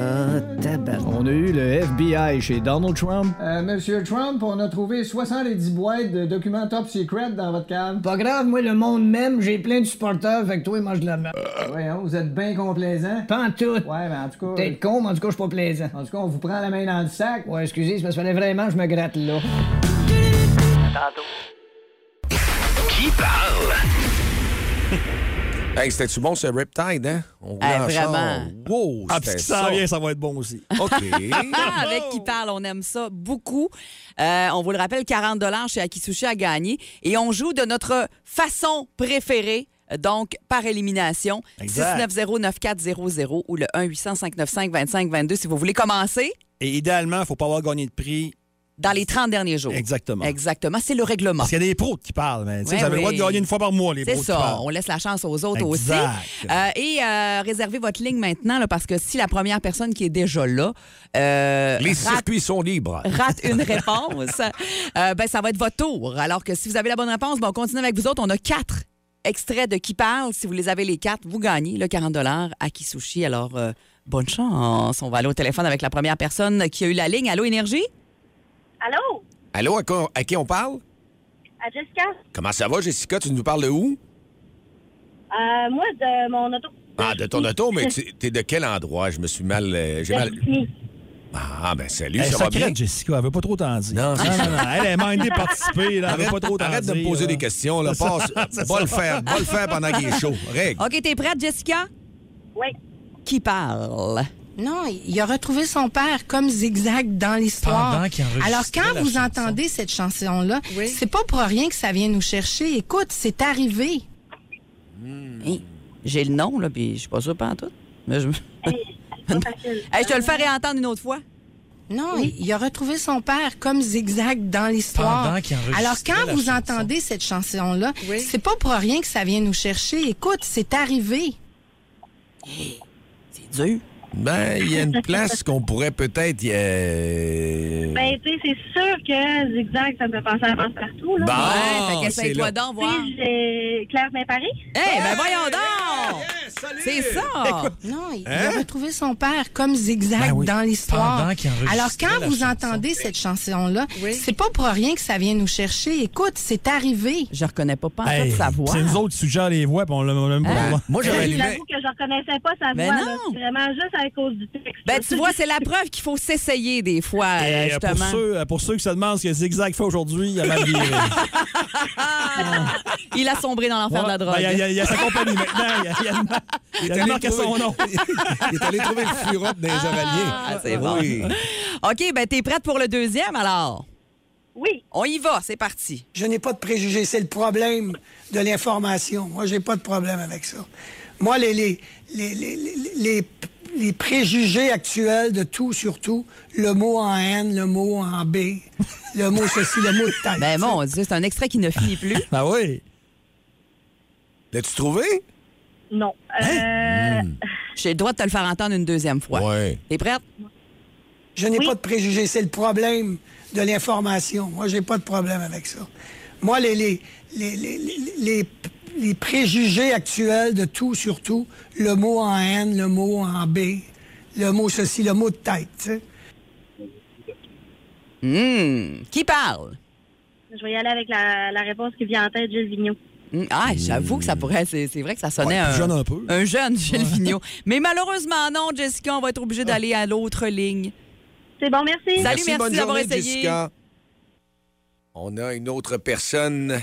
Ah, tabac. On a eu le FBI chez Donald Trump. Euh, Monsieur Trump, on a trouvé 70 boîtes de documents top secret dans votre cave. Pas grave, moi, le monde même, j'ai plein de supporters, fait que toi, mange de la merde. Voyons, vous êtes bien complaisant. Pas en tout. Ouais, mais en tout cas... T'es con, mais en tout cas, je suis pas plaisant. En tout cas, on vous prend la main dans le sac. Ouais, excusez, c'est parce qu'il fallait vraiment que je me gratte là. Qui parle? Hey, c'était-tu bon, ce Riptide, hein? On roulait Hey, en char. vraiment. Wow, Ah, puis c'était si ça ça. vient, ça va être bon aussi. OK. Ah, avec qui parle, on aime ça beaucoup. Euh, on vous le rappelle, 40 chez Akisushi à gagner. Et on joue de notre façon préférée. Donc, par élimination, Exact. 690-9400 ou le 1-800-595-2522 si vous voulez commencer Et idéalement, faut pas avoir gagné de prix. dans les 30 derniers jours. Exactement. Oh. Exactement, c'est le règlement. Parce qu'il y a des pros qui parlent. Mais, tu sais, Ouais, vous avez le droit oui. de gagner une fois par mois, les pros C'est qui parlent. ça, on laisse la chance aux autres Exact. aussi. Euh, et euh, réservez votre ligne maintenant, là, parce que si la première personne qui est déjà là euh, Les rate circuits sont libres. rate une réponse, euh, ben, ça va être votre tour. Alors que si vous avez la bonne réponse, ben, on continue avec vous autres. On a quatre extraits de Qui parle. Si vous les avez les quatre, vous gagnez le 40 à Kisushi. Alors, euh, bonne chance. On va aller au téléphone avec la première personne qui a eu la ligne. Allô, Énergie? Allô? [laughs] Allô, à, quoi- à qui on parle? À Jessica? Comment ça va, Jessica? Tu nous parles de où? Euh, moi, de mon auto. Ah, de ton auto, mais tu t'es de quel endroit? Je me suis mal. euh, J'ai mal. Ah, ben salut, Elle est ça va bien? secrète, Jessica. Elle veut pas trop t'en dire. Non, non, c'est- non, non, Elle est mindée de participer. là. Elle veut Arrête, pas trop t'en arrête de me dire, là. poser des questions. Là. C'est Passe. ça, c'est Va ça. Ah. le faire. Va le faire pendant qu'il est chaud. Règle. OK, t'es prête, Jessica? Oui. Qui parle? Non, il a retrouvé son père comme zigzag dans l'histoire. Pendant qu'il enregistrait Alors quand la vous chanson. entendez cette chanson là, c'est pas pour rien que ça vient nous chercher. Écoute, c'est arrivé. Hey, J'ai le nom, là, puis je suis pas sûre pas en tout. Mais je... [laughs] Hey, je te le ferai entendre une autre fois. Non, il a retrouvé son père comme zigzag dans Pendant l'histoire. qu'il enregistrait Alors la quand vous chanson. entendez cette chanson là, c'est pas pour rien que ça vient nous chercher. Écoute, c'est arrivé. C'est dur. Ben, il y a une place qu'on pourrait peut-être. y, euh, Ben, tu sais, c'est sûr que Zigzag, ça me fait penser à pense partout. Là. Bon, Ouais, fait qu'essaye-toi c'est là. donc, voir. Tu sais, j'ai Claire Saint-Paris. Eh, ben voyons donc! euh, C'est ça! Non, il Hein? a retrouvé son père comme zigzag Ben oui. dans l'histoire. Pendant qu'il enregistrait Alors quand la vous chanson. entendez cette chanson là, c'est pas pour rien que ça vient nous chercher. Écoute, c'est arrivé. Je reconnais pas pas Hey, C'est nous autres qui suggèrent les voix, puis on l'a on l'a même pas. Hein? voir. Moi, j'aurais Je l'avoue que je reconnaissais pas sa voix. Ben là. C'est Vraiment juste à cause du texte. Ben, tu vois, c'est la preuve qu'il faut s'essayer des fois, Ah, Et, euh, justement. pour, ceux, euh, pour ceux qui se demandent ce que Zigzag fait aujourd'hui, il a mal [laughs] viré. [laughs] Il a sombré dans l'enfer de la Ouais, drogue. ben, Il y a- il y, a- il y a sa compagnie maintenant. Il y a, il y a une- il y a une marque à son nom. Il est allé trouver le furotte des oraliers. Ah, c'est bon. OK, ben t'es prête pour le deuxième, alors? Oui. On y va, c'est parti. Je n'ai pas de préjugés. C'est le problème de l'information. Moi, j'ai pas de problème avec ça. Moi, les, les, les, les, les- les- les préjugés actuels de tout, surtout, le mot en N, le mot en B, le mot ceci, le mot de tête. Ben mon Dieu, c'est un extrait qui ne finit plus. Ah oui. L'as-tu trouvé? Non. Euh, J'ai le droit de te le faire entendre une deuxième fois. Oui. T'es prête? Je n'ai pas de préjugés. C'est le problème de l'information. Moi, j'ai pas de problème avec ça. Moi, les, les, les, les, les- les- les préjugés actuels de tout, surtout, le mot en N, le mot en B, le mot ceci, le mot de tête. tu sais. Hmm, Qui parle? Je vais y aller avec la, la réponse qui vient en tête, Gilles Vigneault. Hmm, Ah, j'avoue que ça pourrait. C'est c'est vrai que ça sonnait Ouais, un. plus jeune un peu. un jeune Gilles Vigneault. Mais malheureusement, non, Jessica, on va être obligé d'aller à l'autre ligne. C'est bon, merci. Salut, merci, bonne d'avoir journée, essayé. Jessica. On a une autre personne.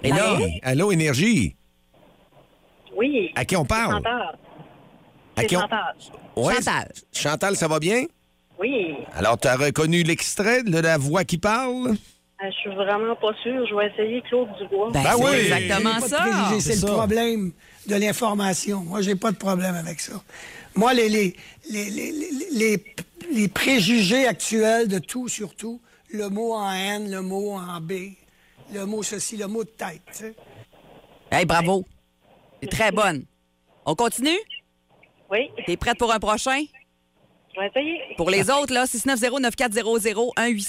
Hello? Hey, Allô, Énergie. Oui. À qui on parle? Chantal. À C'est qui on- Chantal. Ouais, Chantal. Chantal, ça va bien? Oui. Alors, tu as reconnu l'extrait de la voix qui parle? Euh, je suis vraiment pas sûre. Je vais essayer Claude Dubois. Ben, Ben c'est oui. exactement J'ai pas de ça. Ah, préjugés. C'est C'est le ça. problème de l'information. Moi, j'ai pas de problème avec ça. Moi, les, les, les, les, les- les- les préjugés actuels de tout, surtout, le mot en N, le mot en B, le mot ceci, le mot de tête. tu sais. Hey, bravo. T'es très bonne. On continue? Oui. T'es prête pour un prochain? Je vais essayer. Pour les autres, là,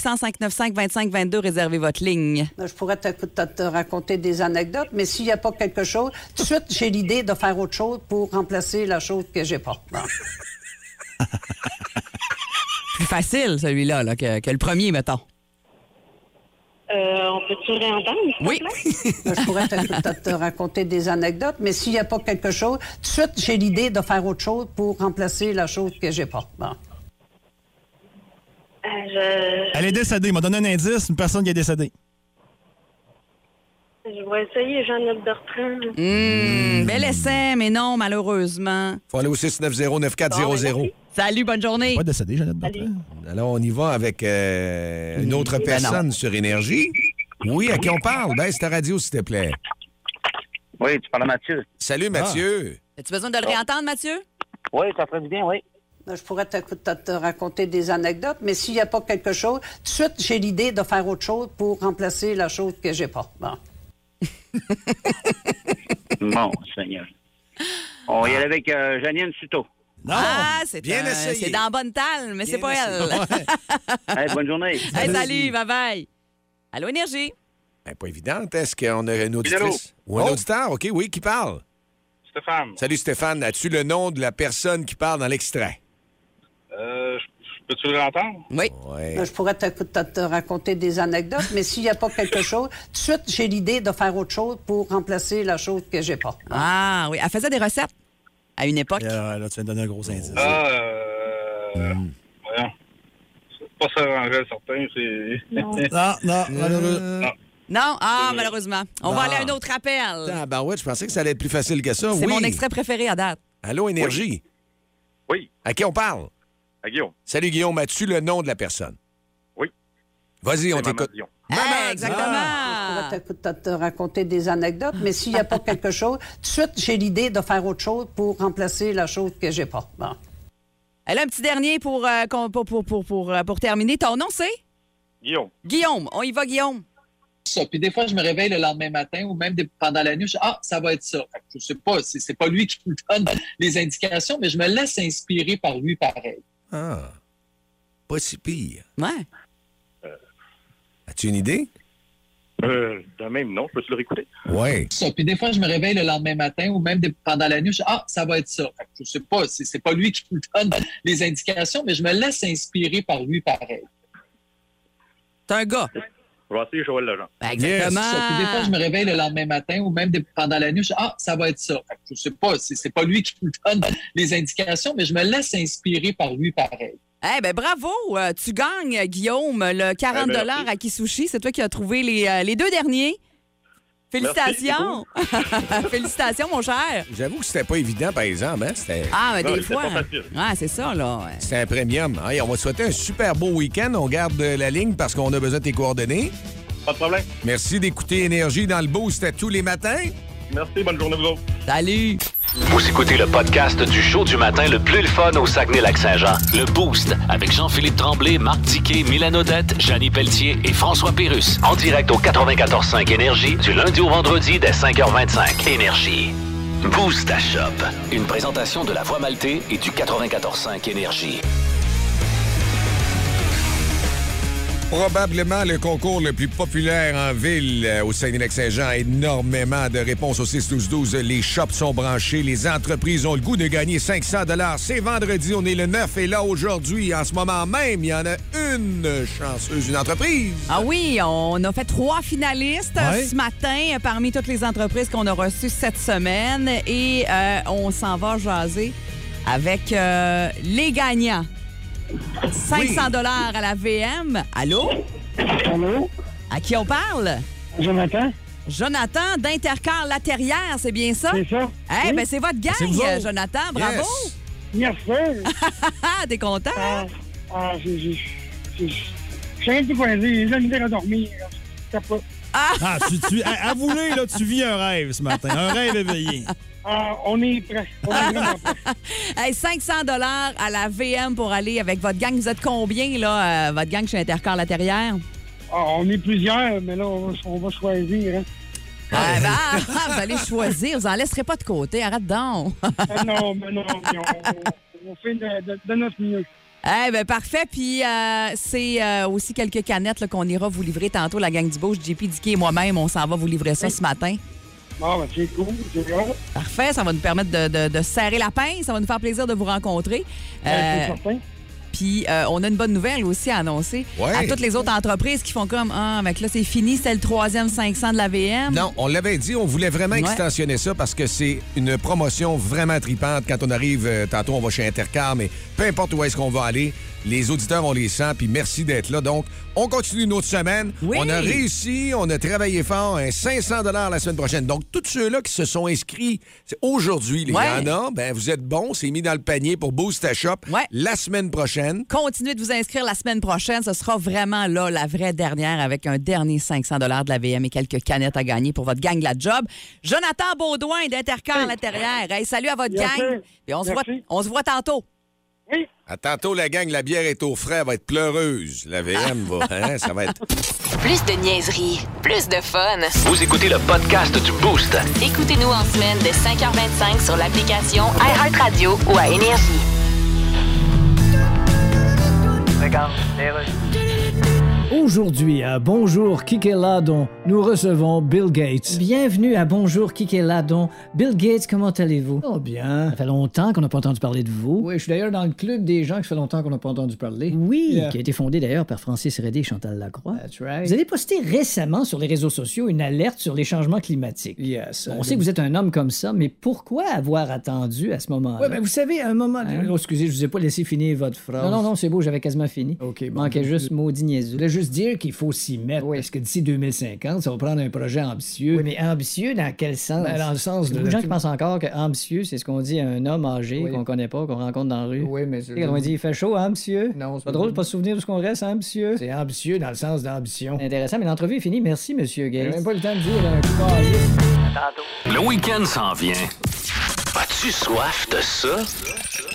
690-9400-1800-595-2522, réservez votre ligne. Ben, Je pourrais te, te- te raconter des anecdotes, mais s'il n'y a pas quelque chose, tout de suite, j'ai l'idée de faire autre chose pour remplacer la chose que j'ai pas. Bon. Plus facile, celui-là, là, que, que le premier, mettons. Euh, on peut-tu réentendre? Oui. Ben, Je pourrais te, te- te raconter des anecdotes, mais s'il n'y a pas quelque chose, tout de suite, j'ai l'idée de faire autre chose pour remplacer la chose que j'ai pas. Bon. Euh, Elle est décédée. Il m'a donné un indice, une personne qui est décédée. Je vais essayer Jeannette Bertrand. Hum, Bel essai, mais non, malheureusement. Faut aller au 690-9400. Salut, bonne journée. Pas décédée, Jeannette Alors, on y va avec euh, une autre Ben personne non. sur Énergie. Oui, à qui on parle? Baisse ta radio, s'il te plaît. Oui, tu parles à Mathieu. Ah. Salut, Mathieu. As-tu besoin de le réentendre, Mathieu? Oui, ça ferait du bien, oui. Ben, Je pourrais te, te- te raconter des anecdotes, mais s'il n'y a pas quelque chose, tout de suite, j'ai l'idée de faire autre chose pour remplacer la chose que j'ai pas. Bon. Mon Seigneur. On Ah. va y aller avec euh, Janine Suto. Non! Ah, c'est Bien un- essayé. C'est dans bonne talle, mais c'est pas elle. [laughs] Hey, bonne journée. Hey, salut, bye bye. Allô, Énergie. Ben, pas évidente. Est-ce qu'on aurait une Hello. auditrice? Ou un Oh. auditeur, OK, oui, qui parle? Stéphane, Salut Stéphane, as-tu le nom de la personne qui parle dans l'extrait? euh, je- je- peux-tu le entendre? Oui. Là, Euh, je pourrais te, te- te raconter des anecdotes, mais s'il n'y a pas [laughs] quelque chose, tout de suite, j'ai l'idée de faire autre chose pour remplacer la chose que j'ai pas. Ah oui, elle faisait des recettes à une époque. Ah, Là, là, tu viens de donner un gros indice. Ah, euh, voyons. C'est pas ça, Rangel, certain, c'est... Non, non, malheureux. Non. Non? Ah, malheureusement. On Non. va aller à un autre appel. Ah, ben ouais, je pensais que ça allait être plus facile que ça. C'est oui. mon extrait préféré à date. Allô, Énergie? Oui. À qui on parle? À Guillaume. Salut Guillaume, as-tu le nom de la personne? Oui. Vas-y, on t'écoute. Ah, Ah. Je pourrais te, te- te raconter des anecdotes, mais s'il [laughs] n'y a pas quelque chose, tout de suite, j'ai l'idée de faire autre chose pour remplacer la chose que j'ai pas. Bon. Elle a un petit dernier pour, euh, qu'on- pour, pour, pour, pour, euh, pour terminer. Ton nom, c'est? Guillaume. Guillaume. On y va, Guillaume. ça. Puis des fois, je me réveille le lendemain matin ou même des- pendant la nuit, je dis, ah, ça va être ça. Fait que je sais pas, c'est, c'est pas lui qui me donne les indications, mais je me laisse inspirer par lui pareil. Ah, pas si pire. Ouais. As-tu une idée? Euh, de même, non, je peux-tu le réécouter? Oui. Ça. Puis des fois, je me réveille le lendemain matin ou même des- pendant la nuit, je dis, ah, ça va être ça. Fait que je sais pas, c'est, c'est pas lui qui me donne les indications, mais je me laisse inspirer par lui pareil. T'es un gars. Ben, Je vais essayer Joël Lejean. Ça. Puis des fois, je me réveille le lendemain matin ou même des- pendant la nuit, je dis, ah, ça va être ça. Fait que je sais pas, c'est, c'est pas lui qui me donne les indications, mais je me laisse inspirer par lui pareil. Eh ben bravo, Euh, tu gagnes euh, Guillaume le 40 Eh ben, dollars à Kisushi, c'est toi qui as trouvé les, euh, les deux derniers. Félicitations. [laughs] Félicitations mon cher. J'avoue que c'était pas évident, par exemple. Hein? C'était... Ah mais des fois. Ouais, c'est ça là. ouais. C'était un premium. Hey, on va te souhaiter un super beau week-end. On garde euh, la ligne parce qu'on a besoin de tes coordonnées. Pas de problème. Merci d'écouter Énergie dans le boost à tous les matins. Merci, bonne journée, vous autres. Salut! Vous écoutez le podcast du show du matin le plus le fun au Saguenay-Lac-Saint-Jean. Le Boost avec Jean-Philippe Tremblay, Marc Diquet, Milan Odette, Janine Pelletier et François Pérus. En direct au 94.5 Énergie du lundi au vendredi dès 5h25. Énergie. Boost à Shop. Une présentation de la voix maltée et du 94.5 Énergie. Probablement le concours le plus populaire en ville euh, au Saguenay-Lac-Saint-Jean. Énormément de réponses au 6-12-12. Les shops sont branchés. Les entreprises ont le goût de gagner 500 C'est vendredi, on est le 9. Et là, aujourd'hui, en ce moment même, il y en a une chanceuse, une entreprise. Ah oui, on a fait trois finalistes Ouais. ce matin euh, parmi toutes les entreprises qu'on a reçues cette semaine et euh, on s'en va jaser avec euh, les gagnants. 500 dollars à la VM. Allô? Allô? À qui on parle? Jonathan. Jonathan d'Intercar La Terrière, c'est bien ça? C'est ça. Oui. Eh Ben, bien, c'est votre gang, C'est vous autres. euh, Jonathan. Bravo! [laughs] Merci. T'es content? hein? Ah, j'ai- j'ai. j'ai- J'ai rien qui pointé, j'ai la misère à dormir. là. Je sais pas. Ah, tu, tu, à- avoue-le, là, tu vis un rêve ce matin, un rêve éveillé. Ah, on est prêts. On est [laughs] vraiment prêts. Hey, 500 dollars à la VM pour aller avec votre gang. Vous êtes combien, là, euh, votre gang chez Intercar La Terrière? Ah, on est plusieurs, mais là, on va, on va choisir. Hein. Ah, ben, ah, ah, vous allez choisir. Vous en laisserez pas de côté. Arrête donc. Ah, non, mais non, mais on, on fait de, de- de notre mieux. [laughs] Eh ben parfait. Puis euh, c'est euh, aussi quelques canettes là, qu'on ira vous livrer tantôt, la gang du Beauce. JP Dicky et moi-même, on s'en va vous livrer ça ce matin. Bon, ben, c'est cool, c'est bon. Parfait. Ça va nous permettre de, de- de serrer la pince. Ça va nous faire plaisir de vous rencontrer. Ben, Euh, c'est certain. Puis euh, on a une bonne nouvelle aussi à annoncer Ouais. à toutes les autres entreprises qui font comme Ah, mais là, c'est fini, c'est le troisième 500 de la VM. Non, on l'avait dit, on voulait vraiment Ouais. extensionner ça parce que c'est une promotion vraiment tripante. Quand on arrive, euh, tantôt on va chez Intercar, mais peu importe où est-ce qu'on va aller, les auditeurs, on les sent, puis merci d'être là. Donc, on continue notre semaine. Oui. On a réussi, on a travaillé fort, hein, 500 la semaine prochaine. Donc, tous ceux-là qui se sont inscrits c'est aujourd'hui, les Ouais. il y en a, ben, vous êtes bons, c'est mis dans le panier pour Boost à Shop la semaine prochaine. Continuez de vous inscrire la semaine prochaine. Ce sera vraiment là la vraie dernière avec un dernier 500 de la VM et quelques canettes à gagner pour votre gang La Job. Jonathan Baudouin d'Intercar à l'intérieur. Hey, salut à votre Bien gang. sûr. Et on, se voit, Merci. on se voit tantôt. À tantôt, la gang, la bière est au frais, elle va être pleureuse. La VM va, hein, ça va être... Plus de niaiserie, plus de fun. Vous écoutez le podcast du Boost. Écoutez-nous en semaine de 5h25 sur l'application iHeartRadio ou à Énergie. Regarde, les rues. Aujourd'hui à Bonjour Kikeladon, nous recevons Bill Gates. Bienvenue à Bonjour Kikeladon. Bill Gates, comment allez-vous? Oh bien. Ça fait longtemps qu'on n'a pas entendu parler de vous. Oui, je suis d'ailleurs dans le club des gens qui fait longtemps qu'on n'a pas entendu parler. Oui, Yeah. qui a été fondé d'ailleurs par Francis Redé et Chantal Lacroix. Vous avez posté récemment sur les réseaux sociaux une alerte sur les changements climatiques. Bon, on sait que vous êtes un homme comme ça, mais pourquoi avoir attendu à ce moment-là? Ouais, ben, vous savez, à un moment. Hein? Oh, excusez, je vous ai pas laissé finir votre phrase. Non, non, non, c'est beau, j'avais quasiment fini. OK, Manquait juste maudit niaiseux. Je voulais juste dire qu'il faut s'y mettre, parce que d'ici 2050, ça va prendre un projet ambitieux. Oui, mais ambitieux dans quel sens? Ben, dans le sens de- Les gens qui pensent encore que ambitieux, c'est ce qu'on dit à un homme âgé qu'on connaît pas, qu'on rencontre dans la rue. Oui, mais... Quand on dit, il fait chaud, hein, monsieur? Non, c'est pas drôle de pas se souvenir de ce qu'on reste, hein, monsieur? C'est ambitieux dans le sens Ben d'ambition. Intéressant, mais l'entrevue est finie. Merci, monsieur Gates. même pas le temps de dire un Le week-end s'en vient. As-tu soif de ça?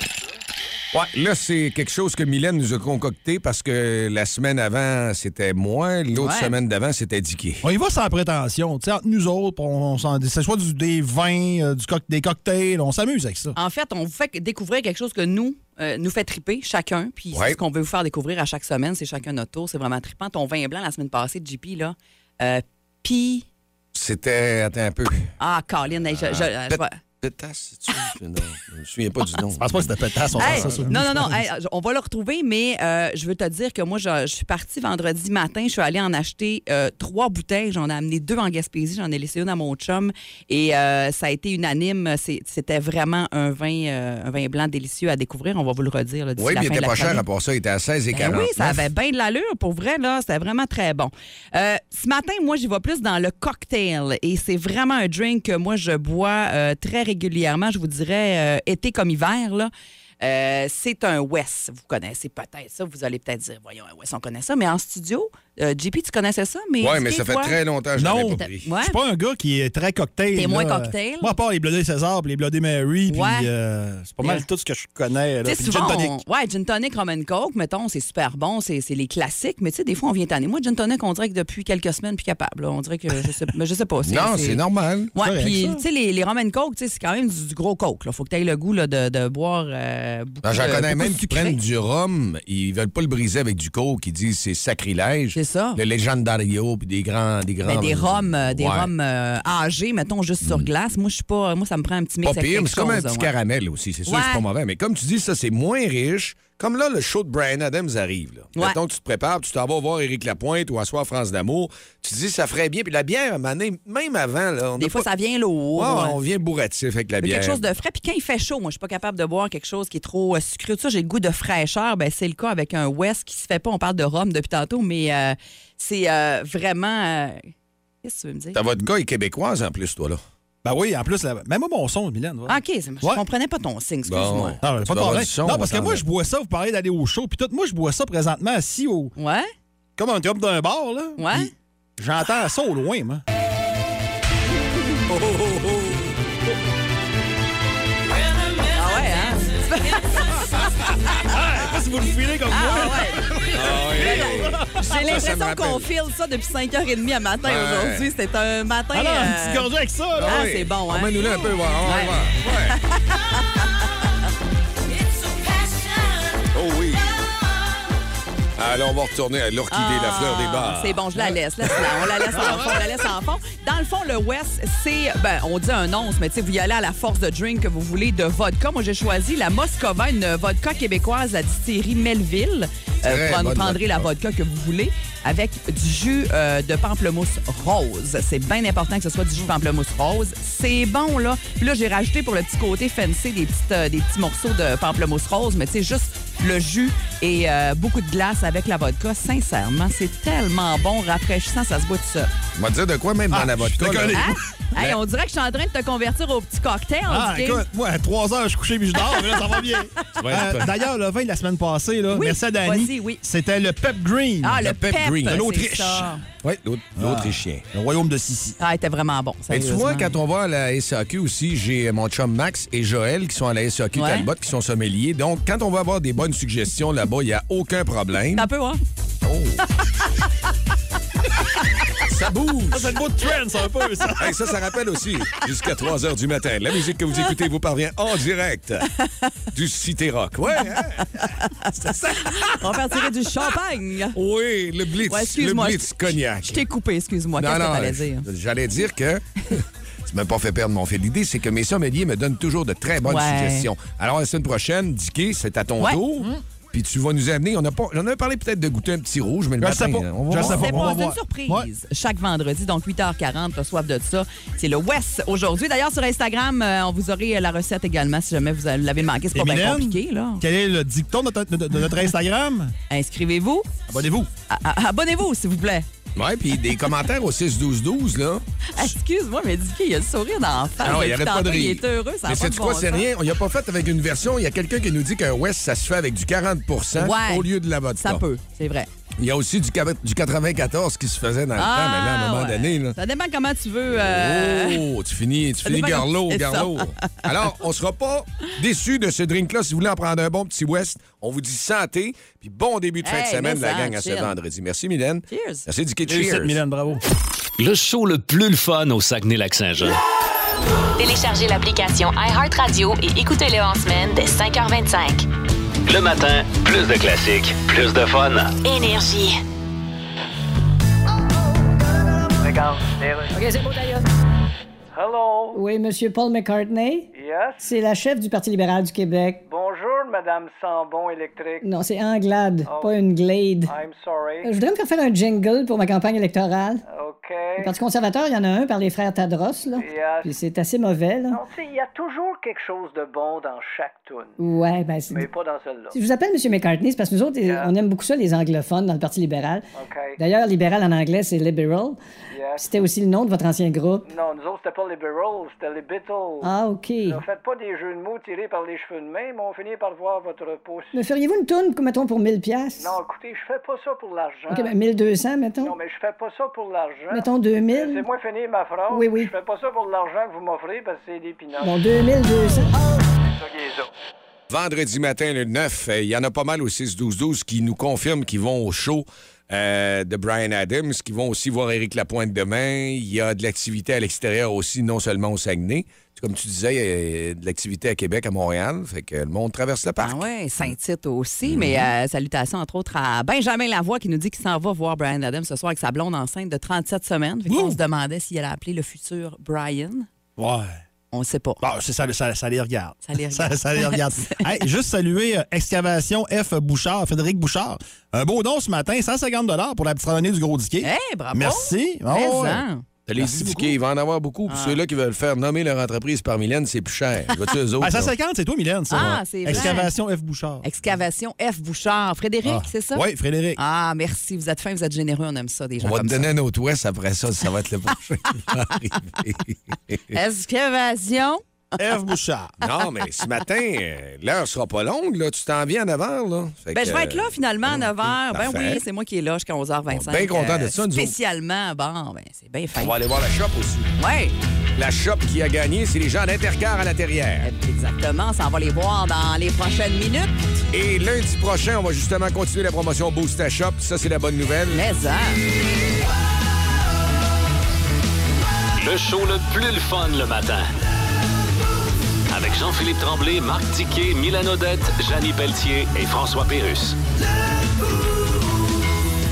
Ouais, là, c'est quelque chose que Mylène nous a concocté parce que la semaine avant, c'était moi. L'autre Ouais. semaine d'avant, c'était Dicky. On y va sans prétention. Tu sais, entre nous autres, on, on s'en- c'est soit du, des vins, euh, du coc- des cocktails, on s'amuse avec ça. En fait, on vous fait découvrir quelque chose que nous, euh, nous fait triper, chacun. Puis c'est Ouais. ce qu'on veut vous faire découvrir à chaque semaine. C'est chacun notre tour. C'est vraiment trippant. Ton vin blanc la semaine passée, JP, là. Euh, Puis. C'était. Attends un peu. Ah, Colin, hey, je- je- Ah, je- pét- Pétasse, c'est-tu? [laughs] non, je me souviens pas du nom. Je pense pas que c'était Pétasse, Hey, non, non, non. hey, on va le retrouver, mais euh, je veux te dire que moi, je, je suis partie vendredi matin. Je suis allée en acheter euh, trois bouteilles. J'en ai amené deux en Gaspésie. J'en ai laissé une à mon chum. Et euh, ça a été unanime. C'est- C'était vraiment un vin, euh, un vin blanc délicieux à découvrir. On va vous le redire. là, d'ici Oui, la puis il fin de était la pas cher semaine. à part ça. Il était à 16 et Ben 40. oui, ça avait bien de l'allure. Pour vrai, là, c'était vraiment très bon. Euh, ce matin, moi, j'y vais plus dans le cocktail. Et c'est vraiment un drink que moi, je bois euh, très régulièrement. Je vous dirais, euh, été comme hiver, là. Euh, c'est un West. Vous connaissez peut-être ça. Vous allez peut-être dire, voyons, un West, on connaît ça. Mais en studio, euh, JP, tu connaissais ça? Mais Ouais, mais Dicky, ça fait toi? très longtemps que je l'avais pas pris. Ouais. Je suis pas un gars qui est très cocktail. T'es moins là. cocktail? Moi, à part les Bloody César, puis les Bloody Mary, puis Ouais. euh, c'est pas mal Mais- tout ce que je connais. Là, Tu sais, puis le souvent, gin tonic. on- ouais, gin tonic, rum and coke, mettons, c'est super bon, c'est c'est les classiques, mais tu sais, des fois, on vient tanner. Moi, gin tonic, on dirait que depuis quelques semaines, plus capable. là. On dirait que je sais, mais je sais pas. Non, c'est normal. Ouais, Correct, puis ça. tu sais, les, les rum and coke, tu sais, c'est quand même du, du gros coke. Là. Faut que tu aies le goût là, de, de boire euh, beaucoup. Non, Ben, J'en de- connais beaucoup même de qui sucré. prennent du rhum, ils veulent pas le briser avec du coke, ils disent c'est sacrilège. C'est ça. Le légendario, puis des grands. Des, grands Ben, des rhums, euh, des Ouais. Mm. rhums euh, âgés, mettons, juste sur glace. Moi, je suis pas. Moi, ça me prend un petit mix Pas avec pire, mais quelque c'est comme un chose, petit ouais. caramel aussi, c'est sûr, Ouais. c'est pas mauvais. Mais comme tu dis, ça, c'est moins riche. Comme là, le show de Brian Adams arrive. Là. Ouais. Mettons que tu te prépares, tu t'en vas voir Éric Lapointe ou Assoir France d'amour. Tu te dis, ça ferait bien. Puis la bière, à un moment donné, même avant, là, on Des a fois, pas- ça vient lourd. Ouais, ouais. on vient bourratif avec la Mais bière. quelque chose de frais. Puis quand il fait chaud, moi, je suis pas capable de boire quelque chose qui est trop euh, sucré. Tout ça, j'ai le goût de fraîcheur. Ben, c'est le cas avec un West qui se fait pas. On parle de rhum depuis tantôt, mais euh, c'est euh, vraiment. euh, Qu'est-ce que tu veux me dire? Ta vodka est québécoise en plus, toi, là. Ben oui, en plus, la- même moi, mon son, Mylène. voilà. Ah, OK, ça- je comprenais pas ton signe, excuse-moi. Non, Ah, mais pas de vas avoir problème. du son, non, on parce que s'en moi, va. je bois ça, vous parlez d'aller au show, puis tout. Moi, je bois ça présentement assis au. Ouais? Comme un top d'un bar, là. Ouais? Puis J'entends ça au loin, moi. Ah ouais, hein? ah, si vous le filez comme moi. Ah, ouais. ah Ah, J'ai l'impression qu'on file ça depuis 5h30 à matin Ouais. aujourd'hui. C'est un matin. Ah non, euh, un petit gorgé avec ça, là. Ah, Ah oui. c'est bon, hein? Emmène-nous là un peu, voir. On va Ouais. [laughs] voir. Oh oui. Alors, on va retourner à l'orchidée, la fleur des bars. Ah, C'est bon, je la laisse. laisse-la. On la laisse en fond, on la laisse en fond. Dans le fond, le West, c'est, ben, on dit un once, mais tu sais, vous y allez à la force de drink que vous voulez de vodka. Moi, j'ai choisi la Moscova, une vodka québécoise, la distillerie Melville. Très prenez- bonne Euh, prendrez la vodka que vous voulez avec du jus euh, de pamplemousse rose. C'est bien important que ce soit du jus de pamplemousse rose. C'est bon, là. Puis là, j'ai rajouté pour le petit côté fancy des, petites, euh, des petits morceaux de pamplemousse rose, mais tu sais, juste le jus et euh, beaucoup de glace avec la vodka. Sincèrement, c'est tellement bon, rafraîchissant, ça se boit tout seul. On va te dire de quoi, même dans la vodka. là. Hein? [laughs] Hey, on dirait que je suis en train de te convertir au petit cocktail. Ah, Dicky. écoute, moi, à 3 heures, je suis couché puis je dors, mais là, ça va bien. vas être [laughs] Euh, pas- D'ailleurs, le vin de la semaine passée, là, Oui, merci à Danny, vas-y, oui. c'était le Pep Green. Ah, le Le Pep Pep, Green. De c'est l'Autriche. ça. Oui, l'Aut- l'Autrichien. Le royaume de Sissi. Ah, il était vraiment bon. Mais tu vois, sérieusement. quand on va à la SAQ aussi, j'ai mon chum Max et Joël qui sont à la SAQ Ouais. Talbot, qui sont sommeliers. Donc, quand on va avoir des bonnes suggestions là-bas, il n'y a aucun problème. T'as un peu, hein? Oh. Ça ça bouge. Ah, c'est le mot de trend, ça, un peu, ça. Hey, ça, ça rappelle aussi, jusqu'à 3 h du matin, la musique que vous écoutez vous parvient en direct du Cité Rock. Ouais, hein? C'est ça. On va faire tirer du champagne. Oui, le blitz. Ouais, le excuse-moi, blitz cognac. Je t'ai coupé, excuse-moi. Qu'est-ce que t'allais dire? J'allais dire que. [laughs] Tu m'as pas fait perdre mon fil d'idée, c'est que mes sommeliers me donnent toujours de très bonnes Ouais. suggestions. Alors, la semaine prochaine, Dicky, c'est à ton Ouais. tour. Mm. Puis tu vas nous amener. On a pas, j'en avais parlé peut-être de goûter un petit rouge, mais le Je matin, sais pas. hein, on va Je voir. sais pas. C'est pas c'est une surprise. Chaque vendredi, donc 8h40, reçoivent de ça. C'est le West aujourd'hui. D'ailleurs, sur Instagram, euh, on vous aurez euh, la recette également si jamais vous l'avez manqué. C'est pas bien Mylène, compliqué, là. Quel est le dicton de notre, de- de notre Instagram? Inscrivez-vous. Abonnez-vous. Ah, ah, Abonnez-vous, s'il vous plaît. [laughs] Ouais, puis des commentaires au 6-12-12, là. Ah, Excuse-moi, mais dis il a le sourire dans la face. Ah non, il Depuis arrête pas de tantôt, rire. Il est heureux, ça a Mais pas de c'est bon quoi, c'est sens. rien. On n'y a pas fait avec une version. Il y a quelqu'un qui nous dit qu'un West, ça se fait avec du 40 Ouais. hein, au lieu de la vodka. Ça peut, c'est vrai. Il y a aussi du, cava- du 94 qui se faisait dans le temps, mais là, à un moment Ah, ouais. donné, là. Ça dépend comment tu veux. euh, Oh, tu finis, tu Ça finis dépend Garlot, comment tu fais ça. Garlot. Alors, on sera pas déçus de ce drink-là. Si vous voulez en prendre un bon petit West, on vous dit santé, puis bon début de fin Hey, de semaine, mais la ça, gang, à ce chill. vendredi. Merci, Mylène. Cheers. Merci, Dicky. Réussite, Cheers. Mylène, bravo. Le show le plus le fun au Saguenay-Lac-Saint-Jean. Téléchargez l'application iHeartRadio et écoutez-le en semaine dès 5h25. Le matin, plus de classiques, plus de fun. Énergie. OK, c'est bon, d'ailleurs. Hello. Oui, Monsieur Paul McCartney? Yes. C'est la chef du Parti libéral du Québec. Bonjour, Madame Sambon électrique. Non, c'est Anglade, Oh. pas une Glade. I'm sorry. Euh, Je voudrais me faire faire un jingle pour ma campagne électorale. OK. Le Parti conservateur, il y en a un par les frères Tadros, là. Yes. Puis c'est assez mauvais, là. Non, tu sais, il y a toujours quelque chose de bon dans chaque tune. Ouais, ben c'est... Mais pas dans celle-là. Si je vous appelle M. McCartney, c'est parce que nous autres, on aime beaucoup ça, les anglophones, dans le Parti libéral. OK. D'ailleurs, libéral en anglais, c'est liberal. Yes. C'était aussi le nom de votre ancien groupe. Non, nous autres, c'était pas les Beatles, c'était les Beatles. Ah, OK. Ne faites pas des jeux de mots tirés par les cheveux de main, mais on finit par voir votre pouce. Me feriez-vous une tourne, mettons, pour 1000 pièces Non, écoutez, je fais pas ça pour l'argent. OK, ben 1200, mettons. Non, mais je fais pas ça pour l'argent. Mettons 2000. Euh, C'est moi finir ma phrase. Oui, oui. Je fais pas ça pour l'argent que vous m'offrez parce que c'est des pinottes. Bon, 2200. Vendredi matin, le 9, euh, il y en a pas mal au 6-12-12 qui nous confirment qu'ils vont au show euh, de Brian Adams, qui vont aussi voir Éric Lapointe demain. Il y a de l'activité à l'extérieur aussi, non seulement au Saguenay. Comme tu disais, il y a de l'activité à Québec, à Montréal. Fait que le monde traverse le parc. Ah ouais, Saint-Tite aussi, Mhm. mais euh, salutations entre autres à Benjamin Lavoie qui nous dit qu'il s'en va voir Brian Adams ce soir avec sa blonde enceinte de 37 semaines. Fait on se demandait s'il allait appeler le futur Brian. Ouais. On sait pas. Bon, c'est ça, ça, ça les regarde. Ça [laughs] les regarde. Ça, les [laughs] regarde. Hey, juste saluer euh, Excavation F. Bouchard, Frédéric Bouchard. Un beau don ce matin, 150 pour la petite randonnée du Gros Diquet. Bah, Eh, bravo. Merci. Mais Ah Oh, ouais. en. Les indiqués, il va en avoir beaucoup. Ah. Puis ceux-là qui veulent faire nommer leur entreprise par Mylène, c'est plus [laughs] cher. Vois-tu, eux autres, Ah, là? 150, c'est toi, Mylène. Ça. Ah, c'est vrai. Excavation F. Bouchard. Excavation F. Bouchard. Frédéric, Ah. c'est ça? Oui, Frédéric. Ah, merci. Vous êtes fin, vous êtes généreux, on aime ça, des gens On va te comme ça. donner un autre West après ça, ça va être le prochain. qui va arriver. Excavation. Ben, ah. F. Bouchard. [laughs] Non, mais ce matin, euh, l'heure sera pas longue. Là. Tu t'en viens à 9 h. Là. Fait Ben, que, je vais être là finalement à 9 h. Ben Parfait. oui, c'est moi qui est là jusqu'à 11h25. On est bien content de ça, nous autres. euh, Spécialement, bon, ben, c'est bien euh, fin. On va aller voir la shop aussi. Ouais. La shop qui a gagné, c'est les gens d'Intercar à la Terrière. Exactement, ça, on va les voir dans les prochaines minutes. Et lundi prochain, on va justement continuer la promotion Boost à Shop. Ça, c'est la bonne nouvelle. Mais hein. Le show le plus le fun le matin. Avec Jean-Philippe Tremblay, Marc Tiquet, Milan Odette, Janine Pelletier et François Pérus.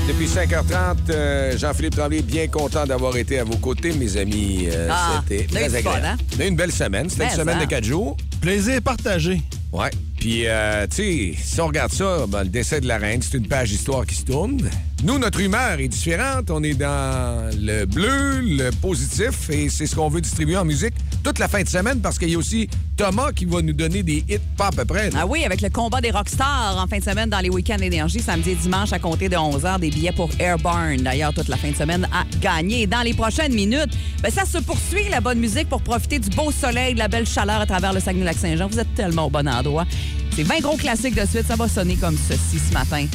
Depuis 5h30, euh, Jean-Philippe Tremblay, bien content d'avoir été à vos côtés, mes amis. Euh, Ah, C'était on a eu très du fun, agréable. hein? On a eu une belle semaine. C'était une Mais semaine hein. de 4 jours. Plaisir partagé. Ouais. Puis, euh, tu sais, si on regarde ça, ben, le décès de la reine, c'est une page d'histoire qui se tourne. Nous, notre humeur est différente. On est dans le bleu, le positif, et c'est ce qu'on veut distribuer en musique toute la fin de semaine parce qu'il y a aussi Thomas qui va nous donner des hits pas à peu près. là. Ah oui, avec le combat des rockstars en fin de semaine dans les week-ends énergie, samedi et dimanche à compter de 11h, des billets pour Airborne. D'ailleurs, toute la fin de semaine à gagner. Dans les prochaines minutes, ben, ça se poursuit, la bonne musique, pour profiter du beau soleil, de la belle chaleur à travers le Saguenay-Lac-Saint-Jean. Vous êtes tellement au bon endroit. C'est 20 gros classiques de suite. Ça va sonner comme ceci ce matin.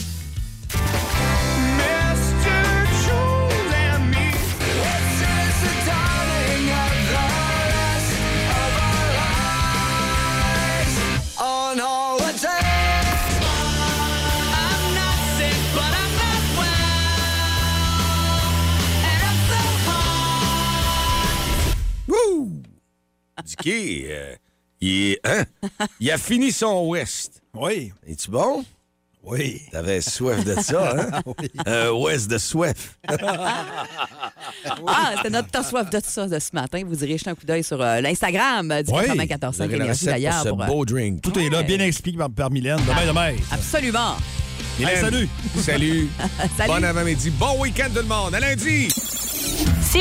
Diquet, euh, il, est- [laughs] hein? il a fini son West. Oui. Es-tu bon? Oui. T'avais soif de ça, [laughs] hein? Un West de soif. Ah, c'était notre temps soif de ça de ce matin. Vous irez jeter un coup d'œil sur euh, l'Instagram euh, du 94.5 Énergie d'ailleurs. pour, euh, drink. Tout est là, Ouais. bien expliqué par, par Mylène. Demain, demain. Absolument. Hey, [laughs] salut. salut. Salut. Bon avant-midi. Bon week-end tout le monde. À lundi. Si